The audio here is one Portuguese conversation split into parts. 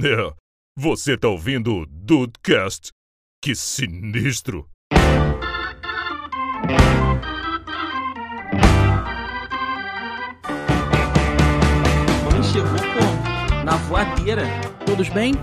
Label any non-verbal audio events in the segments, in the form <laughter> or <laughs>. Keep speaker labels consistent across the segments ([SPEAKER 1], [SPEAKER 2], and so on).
[SPEAKER 1] É, você tá ouvindo o Dudecast? Que sinistro!
[SPEAKER 2] Homem chegou como? Na voadeira.
[SPEAKER 3] Todos bem?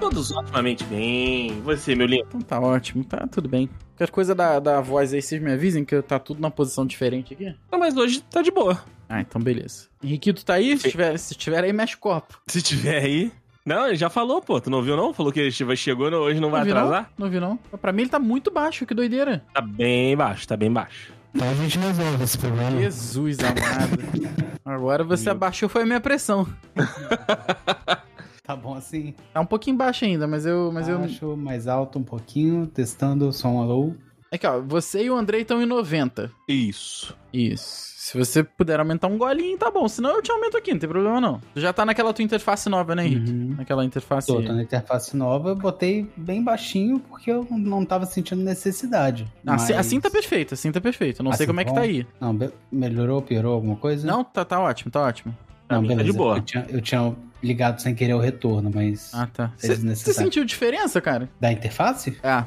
[SPEAKER 2] Todos otimamente bem. Você, meu lindo.
[SPEAKER 3] Então tá ótimo, tá tudo bem. Qualquer coisa da, da voz aí, vocês me avisem que eu- tá tudo na posição diferente aqui?
[SPEAKER 2] Não, mas hoje tá de boa.
[SPEAKER 3] Ah, então beleza. Henriquito tá aí? Se tiver, se tiver aí, mexe o corpo.
[SPEAKER 2] Se tiver aí. Não, ele já falou, pô. Tu não viu, não? Falou que ele che- chegou no- hoje não vai
[SPEAKER 3] vi
[SPEAKER 2] atrasar?
[SPEAKER 3] Não? não vi não. Pra mim ele tá muito baixo, que doideira.
[SPEAKER 2] Tá bem baixo, tá bem baixo.
[SPEAKER 4] Então a gente resolve esse problema.
[SPEAKER 3] Jesus amado. <laughs> Agora você abaixou foi a minha pressão.
[SPEAKER 4] Tá bom assim?
[SPEAKER 3] Tá um pouquinho baixo ainda, mas eu... Mas eu...
[SPEAKER 4] Acho mais alto um pouquinho, testando o som alô.
[SPEAKER 3] Aqui, É ó. Você e o Andrei estão em 90.
[SPEAKER 2] Isso.
[SPEAKER 3] Isso. Se você puder aumentar um golinho, tá bom. Senão eu te aumento aqui, não tem problema não. Tu já tá naquela tua interface nova, né, Henrique?
[SPEAKER 4] Uhum.
[SPEAKER 3] Naquela interface...
[SPEAKER 4] Tô, tô na interface nova, eu botei bem baixinho porque eu não tava sentindo necessidade.
[SPEAKER 3] Ah, Assim,
[SPEAKER 4] Mas-
[SPEAKER 3] assim tá perfeito, assim tá perfeito. Não sei
[SPEAKER 4] Assim
[SPEAKER 3] como é que
[SPEAKER 4] tá
[SPEAKER 3] tá
[SPEAKER 4] bom?
[SPEAKER 3] aí.
[SPEAKER 4] Não, be- melhorou, piorou alguma coisa?
[SPEAKER 3] Não, tá, tá ótimo, tá ótimo.
[SPEAKER 2] Pra mim tá de boa.
[SPEAKER 4] Eu tinha, eu tinha ligado sem querer o retorno, mas.
[SPEAKER 3] Ah, tá.
[SPEAKER 4] É
[SPEAKER 3] Você
[SPEAKER 4] desnecessário.
[SPEAKER 3] sentiu diferença, cara?
[SPEAKER 4] Da interface?
[SPEAKER 3] Ah,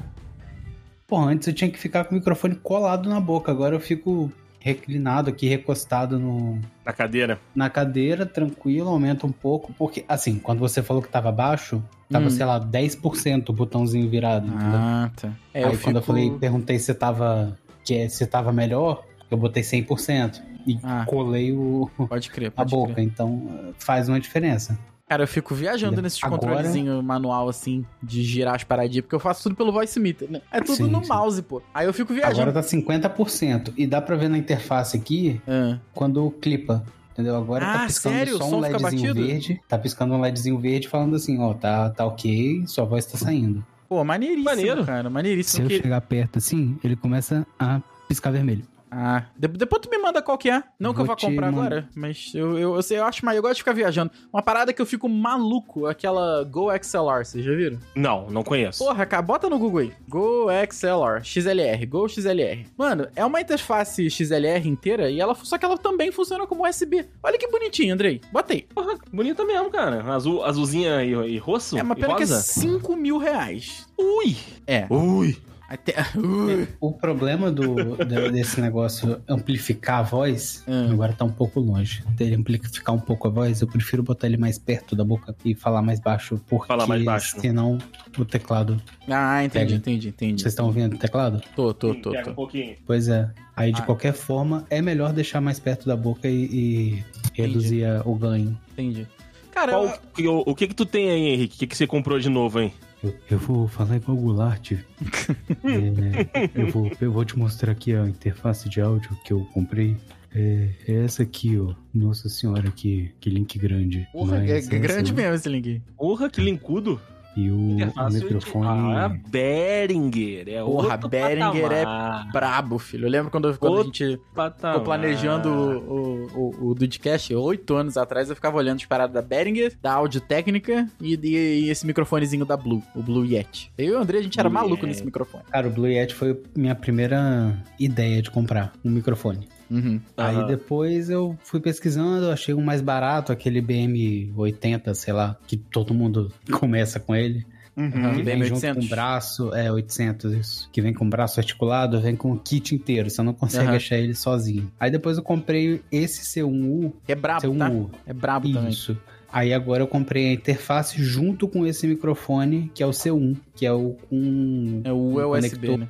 [SPEAKER 4] Porra, antes eu tinha que ficar com o microfone colado na boca, agora eu fico reclinado aqui, recostado no,
[SPEAKER 2] Na cadeira.
[SPEAKER 4] na cadeira, tranquilo, aumenta um pouco, porque, assim, quando você falou que tava baixo, tava,
[SPEAKER 3] Hum.
[SPEAKER 4] sei lá, 10% o botãozinho virado, tá entendeu?
[SPEAKER 3] ah tá. É,
[SPEAKER 4] Aí quando eu falei, perguntei se tava, que, é- se tava melhor, eu botei 100% e
[SPEAKER 3] Ah.
[SPEAKER 4] colei o,
[SPEAKER 3] Pode crer,
[SPEAKER 4] a
[SPEAKER 3] pode
[SPEAKER 4] boca,
[SPEAKER 3] crer.
[SPEAKER 4] então eh, faz uma diferença.
[SPEAKER 3] Cara, eu fico viajando nesses
[SPEAKER 4] Agora-
[SPEAKER 3] controlezinho manual, assim, de girar as paradinhas, porque eu faço tudo pelo voice meter, né? É tudo
[SPEAKER 4] Sim,
[SPEAKER 3] no
[SPEAKER 4] sim.
[SPEAKER 3] mouse, pô. Aí eu fico
[SPEAKER 4] Agora
[SPEAKER 3] viajando.
[SPEAKER 4] tá 50% e dá pra ver na interface aqui
[SPEAKER 3] Ah,
[SPEAKER 4] quando clipa. Entendeu? Agora
[SPEAKER 3] Ah,
[SPEAKER 4] tá piscando
[SPEAKER 3] sério? O
[SPEAKER 4] só
[SPEAKER 3] som
[SPEAKER 4] um
[SPEAKER 3] fica
[SPEAKER 4] LEDzinho
[SPEAKER 3] batido?
[SPEAKER 4] verde. Tá piscando um LEDzinho verde falando assim, ó, tá, tá ok, sua voz tá saindo.
[SPEAKER 3] Pô, maneiríssimo,
[SPEAKER 2] Maneiro.
[SPEAKER 3] cara.
[SPEAKER 4] Se
[SPEAKER 3] Maneiríssimo.
[SPEAKER 4] eu
[SPEAKER 3] porque-
[SPEAKER 4] chegar perto assim, ele começa a piscar vermelho.
[SPEAKER 3] Ah, de- depois tu me manda qual que é. Não que eu
[SPEAKER 4] Vou
[SPEAKER 3] vá
[SPEAKER 4] te
[SPEAKER 3] comprar
[SPEAKER 4] mandar.
[SPEAKER 3] agora, mas eu, eu, eu, sei, eu acho, mas eu gosto de ficar viajando. Uma parada que eu fico maluco, aquela Go XLR, vocês já viram?
[SPEAKER 2] Não, não conheço.
[SPEAKER 3] Porra, cara, bota no Google aí. Go XLR, XLR, Go XLR. Mano, é uma interface XLR inteira e ela só que ela também funciona como USB. Olha que bonitinho, Andrei. Bota aí.
[SPEAKER 2] Porra, bonita mesmo, cara. Azul, azulzinha e, e rosso.
[SPEAKER 3] É uma
[SPEAKER 2] e
[SPEAKER 3] pena que é
[SPEAKER 2] rosa.
[SPEAKER 3] 5 mil reais.
[SPEAKER 2] Ui!
[SPEAKER 3] É.
[SPEAKER 2] Ui!
[SPEAKER 3] Até. <laughs> Uh.
[SPEAKER 4] O problema do, do- desse negócio amplificar a voz,
[SPEAKER 2] É.
[SPEAKER 3] Hum.
[SPEAKER 4] agora tá um pouco longe. Dele amplificar um pouco a voz, eu prefiro botar ele mais perto da boca e falar mais baixo, porque
[SPEAKER 2] Falar mais baixo.
[SPEAKER 4] senão o teclado.
[SPEAKER 3] Ah, entendi,
[SPEAKER 4] Pega.
[SPEAKER 3] entendi, entendi.
[SPEAKER 4] Vocês estão ouvindo o teclado?
[SPEAKER 3] Tô, tô, tô,
[SPEAKER 2] Pega um
[SPEAKER 3] tô.
[SPEAKER 2] pouquinho.
[SPEAKER 4] Pois é. Aí de
[SPEAKER 3] Ah.
[SPEAKER 4] qualquer forma, é melhor deixar mais perto da boca e, e reduzir a- o ganho.
[SPEAKER 3] Entendi. Cara,
[SPEAKER 2] Qual-
[SPEAKER 3] eu-
[SPEAKER 2] o, o que que tu tem aí, Henrique? O que que você comprou de novo, hein?
[SPEAKER 4] Eu, eu vou falar igual o Goulart. <laughs> É, eu, vou, eu vou te mostrar aqui a interface de áudio que eu comprei. É, é essa aqui, ó. Nossa senhora, que, que link grande.
[SPEAKER 3] porra, é
[SPEAKER 4] Mas né?
[SPEAKER 3] é grande
[SPEAKER 4] essa-
[SPEAKER 3] mesmo esse link.
[SPEAKER 2] Porra, que lincudo.
[SPEAKER 4] E o, o
[SPEAKER 2] Interface É de-
[SPEAKER 4] microfone.
[SPEAKER 2] Ah, Behringer. É
[SPEAKER 3] Porra,
[SPEAKER 2] outro
[SPEAKER 3] Behringer é
[SPEAKER 2] patamar.
[SPEAKER 3] Brabo, filho. Eu lembro quando, quando a
[SPEAKER 2] Outro
[SPEAKER 3] gente
[SPEAKER 2] patamar.
[SPEAKER 3] ficou planejando o, o, o, o Dudecast, oito anos atrás, eu ficava olhando as paradas da Behringer, da Audio Técnica e, e- e esse microfonezinho da Blue, o Blue Yeti. Eu e o André, a gente era
[SPEAKER 2] Blue
[SPEAKER 3] maluco
[SPEAKER 2] Yeti.
[SPEAKER 3] nesse microfone.
[SPEAKER 2] é?
[SPEAKER 4] Cara, o Blue Yeti foi minha primeira ideia de comprar um microfone.
[SPEAKER 3] Uhum.
[SPEAKER 2] Aham.
[SPEAKER 4] Aí depois eu fui pesquisando, achei um mais barato, aquele BM80, sei lá, que todo mundo <laughs> começa com ele.
[SPEAKER 2] uhum.
[SPEAKER 4] Que
[SPEAKER 3] Uhum.
[SPEAKER 4] vem junto com o braço, é 800 isso. Que vem com o braço articulado, vem com o kit inteiro. Você não consegue
[SPEAKER 3] Aham.
[SPEAKER 4] achar ele sozinho. Aí depois eu comprei esse C1U,
[SPEAKER 3] É brabo, tá?
[SPEAKER 4] C1U.
[SPEAKER 3] É brabo também.
[SPEAKER 4] Isso. Aí agora eu comprei a interface junto com esse microfone, que é o C1, que é o com
[SPEAKER 3] É o
[SPEAKER 4] Um
[SPEAKER 3] USB,
[SPEAKER 4] conector.
[SPEAKER 3] né?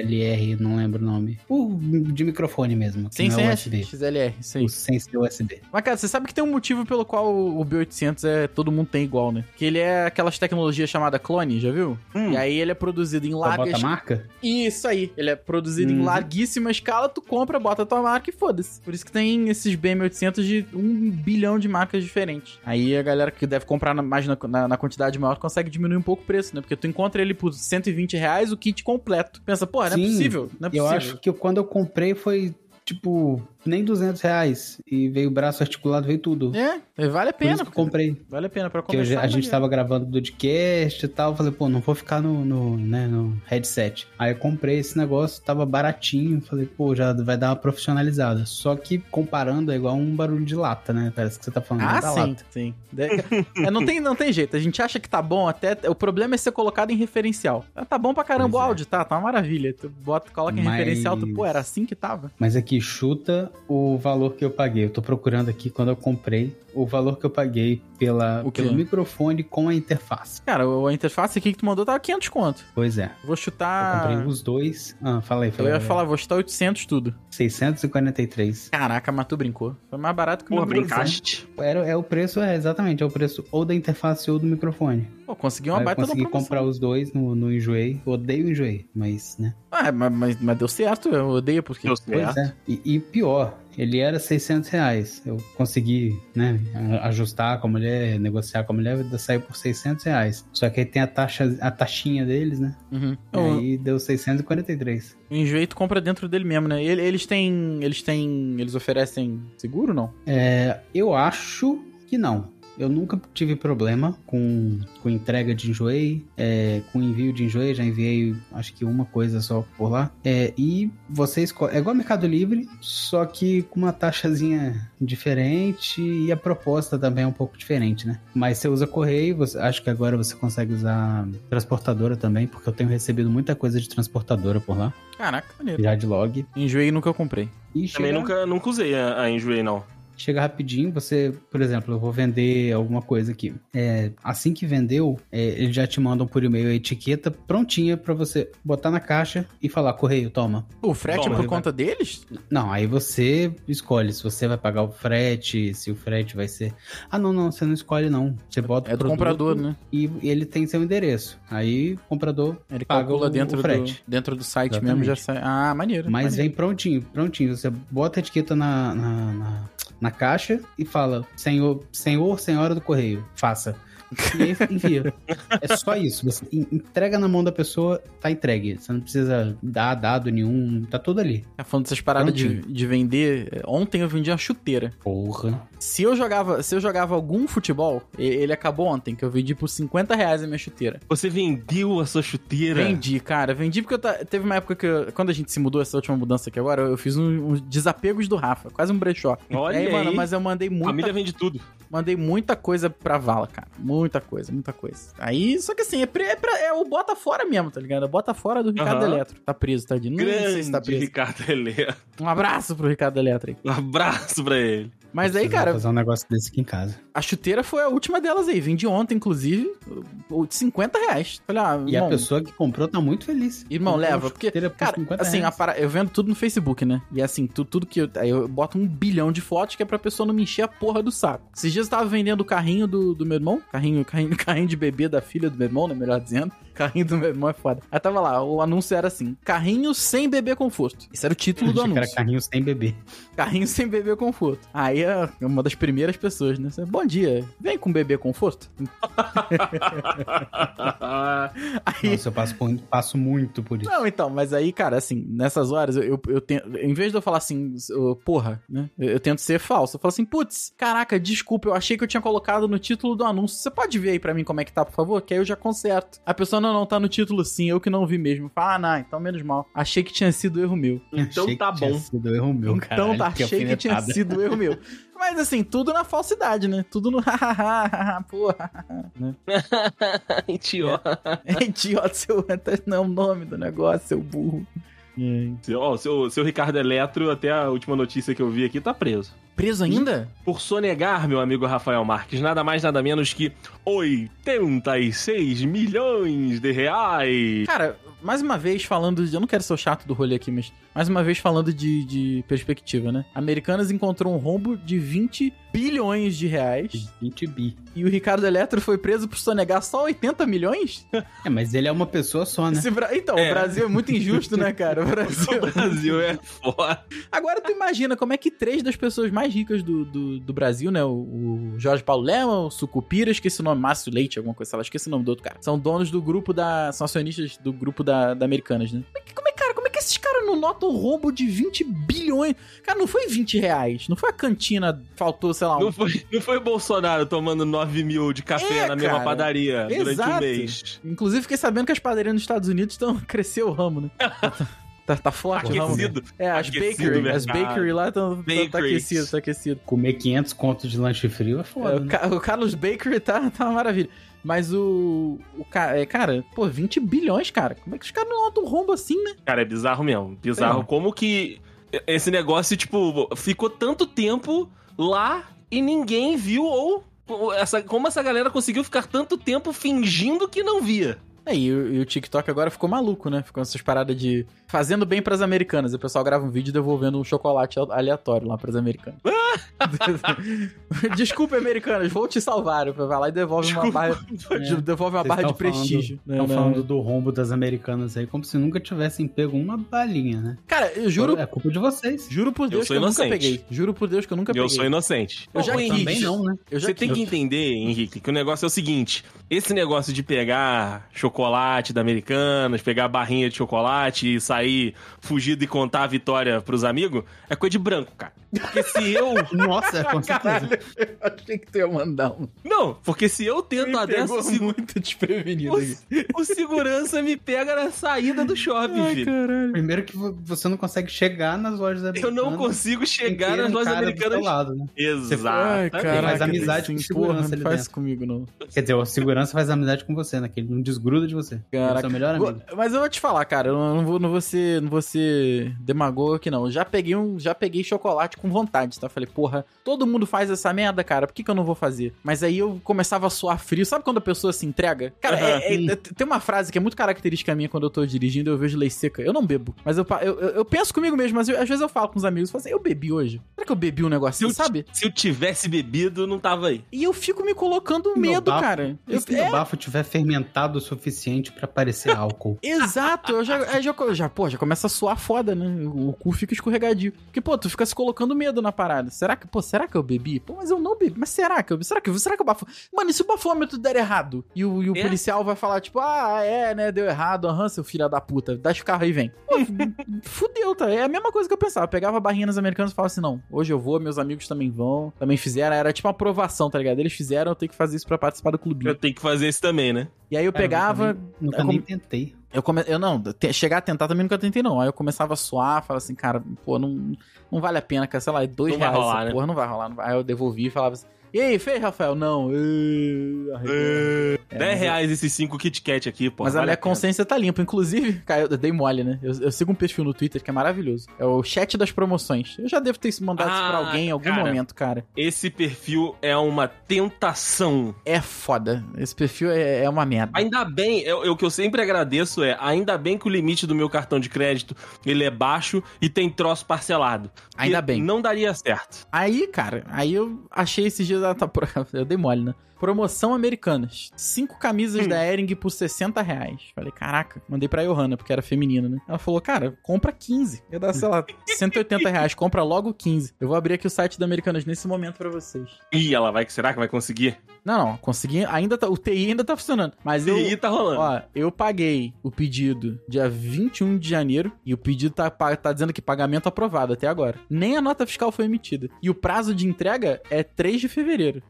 [SPEAKER 4] XLR, não lembro o nome. O de microfone mesmo, que
[SPEAKER 3] Sim,
[SPEAKER 4] não
[SPEAKER 3] sim,
[SPEAKER 4] é
[SPEAKER 3] é
[SPEAKER 4] USB.
[SPEAKER 3] XLR, isso aí.
[SPEAKER 4] O sem ser USB.
[SPEAKER 3] Mas, cara, você sabe que tem um motivo pelo qual o o B800 é todo mundo tem igual, né? Que ele é aquelas tecnologias chamadas clone, já viu?
[SPEAKER 2] Hum.
[SPEAKER 3] E aí ele é produzido em
[SPEAKER 4] Só bota a
[SPEAKER 3] largas
[SPEAKER 4] marca?
[SPEAKER 3] Isso aí. Ele é produzido em
[SPEAKER 4] Uhum.
[SPEAKER 3] larguíssima escala, tu compra, bota a tua marca e foda-se. Por isso que tem esses BM800 de um bilhão de marcas diferentes. Aí a galera que deve comprar na- mais na, na- na quantidade maior consegue diminuir um pouco o preço, né? Porque tu encontra ele por 120 reais o kit completo. Pensa, pô, não é
[SPEAKER 4] Sim,
[SPEAKER 3] possível, não é possível.
[SPEAKER 4] Eu acho que quando eu comprei foi, tipo, nem 200 reais. E veio braço articulado, veio tudo.
[SPEAKER 3] É, vale a
[SPEAKER 4] Por
[SPEAKER 3] pena.
[SPEAKER 4] isso que eu comprei.
[SPEAKER 3] Vale a pena pra
[SPEAKER 4] Porque eu
[SPEAKER 3] começar.
[SPEAKER 4] já- a gente
[SPEAKER 3] maneiro.
[SPEAKER 4] tava gravando do podcast e tal. eu Falei, pô, não vou ficar no, no, né, no headset. Aí eu comprei esse negócio, tava baratinho. Falei, pô, já vai dar uma profissionalizada. Só que comparando é igual um barulho de lata, né? Parece que você tá falando
[SPEAKER 3] Ah,
[SPEAKER 4] da
[SPEAKER 3] sim,
[SPEAKER 4] lata.
[SPEAKER 3] sim. De- É, não, tem, não tem jeito. A gente acha que tá bom até. O problema é ser colocado em referencial. Ah, Tá bom pra caramba
[SPEAKER 4] Pois
[SPEAKER 3] o
[SPEAKER 4] é.
[SPEAKER 3] áudio, tá? Tá uma maravilha. Tu bota, coloca em
[SPEAKER 4] Mas-
[SPEAKER 3] referencial, tu, pô, era assim que tava.
[SPEAKER 4] Mas aqui, chuta o valor que eu paguei. Eu tô procurando aqui quando eu comprei o valor que eu paguei pela,
[SPEAKER 3] O quê?
[SPEAKER 4] pelo microfone com a interface.
[SPEAKER 3] Cara, o- a interface aqui que tu mandou tava 500 conto.
[SPEAKER 4] Pois é.
[SPEAKER 3] Vou chutar.
[SPEAKER 4] Eu comprei os dois. Ah, fala aí,
[SPEAKER 3] Ah. Eu
[SPEAKER 4] fala aí.
[SPEAKER 3] ia falar, vou chutar 800 tudo.
[SPEAKER 4] 643.
[SPEAKER 3] Caraca, mas tu brincou. Foi mais barato que o
[SPEAKER 2] Porra,
[SPEAKER 3] meu do
[SPEAKER 2] brincaste.
[SPEAKER 4] Era, é o preço, é, exatamente, é o preço ou da interface ou do microfone.
[SPEAKER 3] presente. Pô, consegui uma
[SPEAKER 4] Aí eu
[SPEAKER 3] baita da
[SPEAKER 4] consegui
[SPEAKER 3] promoção.
[SPEAKER 4] comprar os dois no, no Enjoei. Odeio o Enjoei, mas, né?
[SPEAKER 3] Ah, mas, mas, mas deu certo, eu odeio porque.
[SPEAKER 2] Deu certo.
[SPEAKER 4] é. E, e pior, ele era 600 reais. Eu consegui, né, a- ajustar com a mulher, negociar com a mulher, saiu por 600 reais. Só que aí tem a taxa, a taxinha deles, né?
[SPEAKER 3] Uhum.
[SPEAKER 4] E aí deu 643.
[SPEAKER 3] O enjoei tu compra dentro dele mesmo, né? Ele- Eles têm. Eles têm. Eles oferecem seguro não?
[SPEAKER 4] É, Eu acho que não. Eu nunca tive problema com, com entrega de enjoei, é, com envio de enjoei, já enviei acho que uma coisa só por lá. É, e você escolhe. É igual Mercado Livre, só que com uma taxazinha diferente e a proposta também é um pouco diferente, né? Mas você usa correio, você- acho que agora você consegue usar transportadora também, porque eu tenho recebido muita coisa de transportadora por lá,
[SPEAKER 3] Caraca, maneiro.
[SPEAKER 4] já de log.
[SPEAKER 3] Enjoei nunca eu comprei.
[SPEAKER 4] E
[SPEAKER 2] Também
[SPEAKER 4] chega-
[SPEAKER 2] nunca, nunca usei a, a Enjoy, não.
[SPEAKER 4] chega rapidinho. Você, por exemplo, eu vou vender alguma coisa aqui. É, assim que vendeu, é, eles já te mandam por e-mail a etiqueta prontinha pra você botar na caixa e falar: correio, toma.
[SPEAKER 3] O frete
[SPEAKER 2] Toma,
[SPEAKER 3] é por
[SPEAKER 4] né?
[SPEAKER 3] conta deles?
[SPEAKER 4] Não, aí você escolhe se você vai pagar o frete, se o frete vai ser. Ah, não, não, você não escolhe, não. Você bota o
[SPEAKER 3] É do
[SPEAKER 4] produto
[SPEAKER 3] comprador, né?
[SPEAKER 4] E ele tem seu endereço. Aí o comprador
[SPEAKER 3] Ele
[SPEAKER 4] Paga
[SPEAKER 3] calcula
[SPEAKER 4] o-
[SPEAKER 3] dentro,
[SPEAKER 4] o frete.
[SPEAKER 3] Do, dentro do site
[SPEAKER 4] Exatamente.
[SPEAKER 3] mesmo, já sai. Ah, maneiro.
[SPEAKER 4] Mas
[SPEAKER 3] maneiro.
[SPEAKER 4] vem prontinho, prontinho. Você bota a etiqueta na, na, na- na caixa e fala, senhor, senhor, senhora do correio, faça. E
[SPEAKER 3] <laughs>
[SPEAKER 4] aí envia. é só isso. Você en- entrega na mão da pessoa, tá entregue. Você não precisa dar dado nenhum, tá tudo ali.
[SPEAKER 3] Tá falando dessas paradas de,
[SPEAKER 4] Prontinho.
[SPEAKER 3] de vender. Ontem eu vendi uma chuteira.
[SPEAKER 4] Porra.
[SPEAKER 3] Se eu jogava, se eu jogava algum futebol, e- ele acabou ontem, que eu vendi por 50 reais a minha chuteira.
[SPEAKER 2] Você vendeu a sua chuteira?
[SPEAKER 3] Vendi, cara. Vendi porque eu ta- teve uma época que, eu- quando a gente se mudou, essa última mudança aqui agora, eu, eu fiz um- uns desapegos do Rafa, quase um brechó.
[SPEAKER 2] Olha
[SPEAKER 3] e aí, mano,
[SPEAKER 2] aí.
[SPEAKER 3] mas eu mandei
[SPEAKER 2] A
[SPEAKER 3] muita,
[SPEAKER 2] Família vende tudo.
[SPEAKER 3] mandei muita coisa pra vala, cara. Muita coisa, muita coisa. Aí, só que assim, é, pre- é pra- é o bota fora mesmo, tá ligado? É o bota fora do Ricardo
[SPEAKER 2] Aham.
[SPEAKER 3] Eletro. Tá preso, tá de Não sei
[SPEAKER 2] Grande
[SPEAKER 3] se tá preso.
[SPEAKER 2] Ricardo Helena.
[SPEAKER 3] Um abraço pro Ricardo Eletro aí.
[SPEAKER 2] Um abraço pra ele.
[SPEAKER 3] Mas aí, cara,
[SPEAKER 4] fazer um negócio desse aqui em casa.
[SPEAKER 3] a chuteira foi a última delas aí. Vendi ontem, inclusive, o de 50 reais. Falei, ah,
[SPEAKER 4] E
[SPEAKER 3] irmão,
[SPEAKER 4] a pessoa que comprou tá muito feliz.
[SPEAKER 3] Irmão,
[SPEAKER 4] Comprou
[SPEAKER 3] leva,
[SPEAKER 4] uma
[SPEAKER 3] porque,
[SPEAKER 4] chuteira por
[SPEAKER 3] cara,
[SPEAKER 4] 50
[SPEAKER 3] assim, a
[SPEAKER 4] reais.
[SPEAKER 3] para- eu vendo tudo no Facebook, né? E assim, tu- tudo que eu... Aí eu boto um bilhão de fotos que é pra pessoa não me encher a porra do saco. Esses dias eu tava vendendo o carrinho do, do meu irmão, carrinho, carrinho, <laughs> carrinho de bebê da filha do meu irmão, né? Melhor dizendo. Carrinho do meu irmão é foda. Aí tava lá, o anúncio era assim, carrinho sem bebê conforto. Esse era o título do
[SPEAKER 4] Achei que era
[SPEAKER 3] anúncio.
[SPEAKER 4] carrinho
[SPEAKER 3] <laughs>
[SPEAKER 4] sem bebê.
[SPEAKER 3] Carrinho sem bebê conforto. Aí é uma das primeiras pessoas, né? Bom dia, vem com bebê conforto? Aí
[SPEAKER 4] Nossa, eu passo, por- passo muito por isso.
[SPEAKER 3] Não, então, mas aí, cara, assim, nessas horas, eu, eu, eu tento- em vez de eu falar assim, ô, porra, né? Eu, eu tento ser falso. Eu falo assim, putz, caraca, desculpa, eu achei que eu tinha colocado no título do anúncio. Você pode ver aí pra mim como é que tá, por favor? Que aí eu já conserto. A pessoa, não, não, tá no título sim, eu que não vi mesmo. Fala, ah, não, então menos mal. Achei que tinha sido erro meu.
[SPEAKER 2] Então
[SPEAKER 4] Achei
[SPEAKER 2] tá
[SPEAKER 4] que tinha
[SPEAKER 2] bom.
[SPEAKER 4] sido erro meu,
[SPEAKER 3] então
[SPEAKER 4] caralho,
[SPEAKER 3] tá, achei que tinha
[SPEAKER 4] alfinetada.
[SPEAKER 3] sido erro meu. Mas assim, tudo na falsidade, né? Tudo no <laughs> porra.
[SPEAKER 2] <laughs> Idiota.
[SPEAKER 3] É idiota, seu. <laughs> Não é o nome do negócio, seu burro.
[SPEAKER 4] É.
[SPEAKER 2] Seu, ó, seu, seu Ricardo Eletro, até a última notícia que eu vi aqui, tá preso.
[SPEAKER 3] Preso ainda?
[SPEAKER 2] Por sonegar, meu amigo Rafael Marques, nada mais nada menos que 86 milhões de reais.
[SPEAKER 3] Cara, mais uma vez falando de. Eu não quero ser o chato do rolê aqui, mas. Mais uma vez falando de, de perspectiva, né? Americanas encontrou um rombo de 20 bilhões de reais.
[SPEAKER 4] 20 bi.
[SPEAKER 3] E o Ricardo Eletro foi preso por sonegar só 80 milhões?
[SPEAKER 4] É, mas ele é uma pessoa só, né?
[SPEAKER 3] Esse Bra- Então,
[SPEAKER 2] É.
[SPEAKER 3] o Brasil é muito injusto, né, cara? O
[SPEAKER 2] O
[SPEAKER 3] Brasil.
[SPEAKER 2] Brasil é foda.
[SPEAKER 3] Agora tu imagina como é que três das pessoas mais ricas do, do, do Brasil, né? O, o Jorge Paulo Lema, o Sucupira, esqueci o nome, Márcio Leite, alguma coisa, sei lá, esqueci o nome do outro cara. São donos do grupo da. São acionistas do grupo da, da Americanas, né? Como é que, como é, cara, como é que esses caras não notam o roubo de 20 bilhões? Cara, não foi 20 reais. Não foi a cantina, faltou, sei lá, um.
[SPEAKER 2] Não foi, não foi Bolsonaro tomando 9 mil de café
[SPEAKER 3] É,
[SPEAKER 2] na mesma
[SPEAKER 3] cara.
[SPEAKER 2] padaria durante um
[SPEAKER 3] Exato.
[SPEAKER 2] mês.
[SPEAKER 3] Inclusive, fiquei sabendo que as padarias nos Estados Unidos estão. <laughs> Cresceu o
[SPEAKER 2] <laughs>
[SPEAKER 3] ramo, né? tá, tá forte o ramo. né?
[SPEAKER 2] Aquecido.
[SPEAKER 3] É, as
[SPEAKER 2] Aquecido
[SPEAKER 3] bakery,
[SPEAKER 2] o
[SPEAKER 3] as
[SPEAKER 2] mercado.
[SPEAKER 3] bakery lá estão tá
[SPEAKER 2] Bakeries.
[SPEAKER 3] aquecido, tá aquecido.
[SPEAKER 4] Comer 500 contos de lanche frio é
[SPEAKER 3] É,
[SPEAKER 4] foda.
[SPEAKER 3] o,
[SPEAKER 4] né?
[SPEAKER 3] Ca- o Carlos Bakery tá, tá uma maravilha. Mas o. o ca- é, cara, pô, 20 bilhões, cara. Como é que os caras não notam um rombo assim, né?
[SPEAKER 2] Cara, é bizarro mesmo. Bizarro.
[SPEAKER 3] É.
[SPEAKER 2] Como que esse negócio, tipo, ficou tanto tempo lá e ninguém viu ou... ou Essa, como essa galera conseguiu ficar tanto tempo fingindo que não via?
[SPEAKER 3] É, e, o- e o TikTok agora ficou maluco, né? Ficou essas paradas de. Fazendo bem pras americanas. E o pessoal grava um vídeo devolvendo um chocolate aleatório lá pras
[SPEAKER 4] <laughs>
[SPEAKER 3] americanas. Desculpa, americanas, vou te salvar. Vai lá e devolve
[SPEAKER 2] Desculpa.
[SPEAKER 3] uma
[SPEAKER 4] <laughs>
[SPEAKER 3] barra. de- Devolve uma
[SPEAKER 4] Vocês
[SPEAKER 3] barra de
[SPEAKER 4] tão falando-
[SPEAKER 3] prestígio. né,
[SPEAKER 4] Estão
[SPEAKER 3] né?
[SPEAKER 4] falando do rombo das americanas aí, como se nunca tivessem pego uma balinha, né?
[SPEAKER 3] Cara, eu juro.
[SPEAKER 4] É culpa de vocês.
[SPEAKER 3] Juro por Deus
[SPEAKER 2] sou
[SPEAKER 3] que eu nunca
[SPEAKER 2] inocente.
[SPEAKER 3] peguei. Juro por Deus que eu nunca
[SPEAKER 2] Eu
[SPEAKER 3] peguei.
[SPEAKER 2] sou inocente.
[SPEAKER 3] Eu já
[SPEAKER 2] Ô,
[SPEAKER 3] quis.
[SPEAKER 2] Henrique,
[SPEAKER 4] Também não, né?
[SPEAKER 3] Eu já
[SPEAKER 2] Você tem
[SPEAKER 3] quis.
[SPEAKER 2] que entender, Henrique, que o negócio é o seguinte: esse negócio de pegar chocolate da Americanas, pegar a barrinha de chocolate e sair fugido e contar a vitória pros amigos, é coisa de branco, cara. Porque se
[SPEAKER 3] <laughs>
[SPEAKER 2] eu.
[SPEAKER 4] Nossa, é com certeza.
[SPEAKER 3] eu achei que tu ia mandar um.
[SPEAKER 2] Não, porque se eu
[SPEAKER 4] tá
[SPEAKER 2] tento a dessa, o, segu-
[SPEAKER 3] muito desprevenido.
[SPEAKER 2] o- o segurança me pega na saída do shopping, filho.
[SPEAKER 3] caralho.
[SPEAKER 4] Primeiro que vo- você não consegue chegar nas lojas
[SPEAKER 2] Eu
[SPEAKER 4] americanas. um
[SPEAKER 2] não consigo chegar nas lojas
[SPEAKER 4] Do seu
[SPEAKER 2] americanas.
[SPEAKER 4] lado, né?
[SPEAKER 3] Ai,
[SPEAKER 2] Exato.
[SPEAKER 3] caraca,
[SPEAKER 4] faz amizade com
[SPEAKER 3] sim,
[SPEAKER 4] segurança
[SPEAKER 3] porra, não
[SPEAKER 4] ali
[SPEAKER 3] faz
[SPEAKER 4] dentro.
[SPEAKER 3] comigo, não.
[SPEAKER 4] Quer dizer, o segurança faz amizade com você, né? Que ele não desgruda de você. Ele é o seu melhor amigo.
[SPEAKER 3] Vou- Mas eu vou te falar, cara, eu não vou, não vou ser, não vou ser demagogo aqui, não. Eu já peguei um, já peguei chocolate com vontade, tá? Falei, porra, todo mundo faz essa merda, cara, por que, que eu não vou fazer? Mas aí eu começava a suar frio. Sabe quando a pessoa se entrega? Cara, é- é- é- tem uma frase que é muito característica minha quando eu tô dirigindo eu vejo lei seca. Eu não bebo, mas eu, pa- eu, eu- eu penso comigo mesmo, mas eu- às vezes eu falo com os amigos, falo assim, eu bebi hoje? Será que eu bebi um negocinho,
[SPEAKER 2] Eu-
[SPEAKER 3] sabe?
[SPEAKER 2] Se eu tivesse bebido, não tava aí.
[SPEAKER 3] E eu fico me colocando
[SPEAKER 4] Meu
[SPEAKER 3] medo,
[SPEAKER 4] bafo. é
[SPEAKER 3] cara.
[SPEAKER 4] E
[SPEAKER 3] Eu, é.
[SPEAKER 4] se o bafo tiver fermentado o suficiente pra parecer
[SPEAKER 3] <laughs>
[SPEAKER 4] álcool?
[SPEAKER 3] É, Exato, eu já, aí já, já, pô, já começa a suar foda, né? O, o cu fica escorregadio. Porque, pô, tu fica se colocando medo na parada. Será que, pô, será que eu bebi? Pô, mas eu não bebi. Mas será que eu bebi? Será que eu Será que eu bafo? Mano, e se o bafômetro der errado? E o, e o
[SPEAKER 2] É?
[SPEAKER 3] policial vai falar, tipo, ah, é, né, deu errado, aham, seu filho da puta, dá o carro aí, vem. Pô, <laughs> fudeu, tá? É a mesma coisa que eu pensava. Eu pegava a barrinha nos americanos e falava assim, não, hoje eu vou, meus amigos também vão, também fizeram. Era tipo uma aprovação, tá ligado? Eles fizeram, eu tenho que fazer isso pra participar do
[SPEAKER 2] Eu
[SPEAKER 4] Hum.
[SPEAKER 3] clubinho.
[SPEAKER 2] tenho que fazer isso também, né?
[SPEAKER 3] E aí eu
[SPEAKER 4] Cara,
[SPEAKER 3] pegava,
[SPEAKER 4] nunca nem- Nunca
[SPEAKER 3] É
[SPEAKER 4] nem
[SPEAKER 3] como-
[SPEAKER 4] tentei.
[SPEAKER 3] eu, come... eu não, te- chegar a tentar também nunca tentei, não. Aí eu começava a suar, falava assim, cara, pô, não, não vale a pena, cara, sei lá, é dois
[SPEAKER 2] Não vai
[SPEAKER 3] reais
[SPEAKER 2] rolar,
[SPEAKER 3] essa
[SPEAKER 2] né?
[SPEAKER 3] porra, não vai rolar. não vai. Aí eu devolvi e falava assim, e aí, fez, Rafael? Não. ê, arregou.
[SPEAKER 4] É,
[SPEAKER 2] 10 reais esses 5 Kit Kat aqui, pô.
[SPEAKER 3] é, Mas a
[SPEAKER 2] vale
[SPEAKER 3] minha
[SPEAKER 2] pena.
[SPEAKER 3] consciência tá limpa. Inclusive, <laughs> cara, eu dei mole, né? Eu, eu sigo um perfil no Twitter que é maravilhoso. É o chat das promoções. Eu já devo ter mandado isso pra
[SPEAKER 2] Ah,
[SPEAKER 3] alguém em algum
[SPEAKER 2] cara.
[SPEAKER 3] momento, cara.
[SPEAKER 2] Esse perfil é uma tentação.
[SPEAKER 3] É foda. Esse perfil é, é uma merda.
[SPEAKER 2] Ainda bem, é- é o que eu sempre agradeço é, ainda bem que o limite do meu cartão de crédito, ele é baixo e tem troço parcelado. Que
[SPEAKER 3] Ainda bem.
[SPEAKER 2] Não daria certo.
[SPEAKER 3] Aí, cara, aí eu achei esses dias. ah, tá, pro- <laughs> Eu dei mole, né? Promoção Americanas. Cinco camisas
[SPEAKER 2] Hum.
[SPEAKER 3] da Ering por 60 reais. Falei, caraca, mandei pra Johanna, porque era feminina, né? Ela falou, cara, compra 15. Ia dar,
[SPEAKER 2] <laughs>
[SPEAKER 3] sei lá, 180 reais, compra logo 15. Eu vou abrir aqui o site da Americanas nesse momento pra vocês.
[SPEAKER 2] Ih, ela vai, será que vai conseguir?
[SPEAKER 3] Não, não, consegui. Ainda tá, o TI ainda tá funcionando. Mas eu.
[SPEAKER 2] Ih, tá rolando.
[SPEAKER 3] Ó, eu paguei o pedido dia 21 de janeiro e o pedido tá, pa- tá dizendo que pagamento aprovado até agora. Nem a nota fiscal foi emitida. E o prazo de entrega é 3 de
[SPEAKER 2] <laughs>
[SPEAKER 3] fevereiro.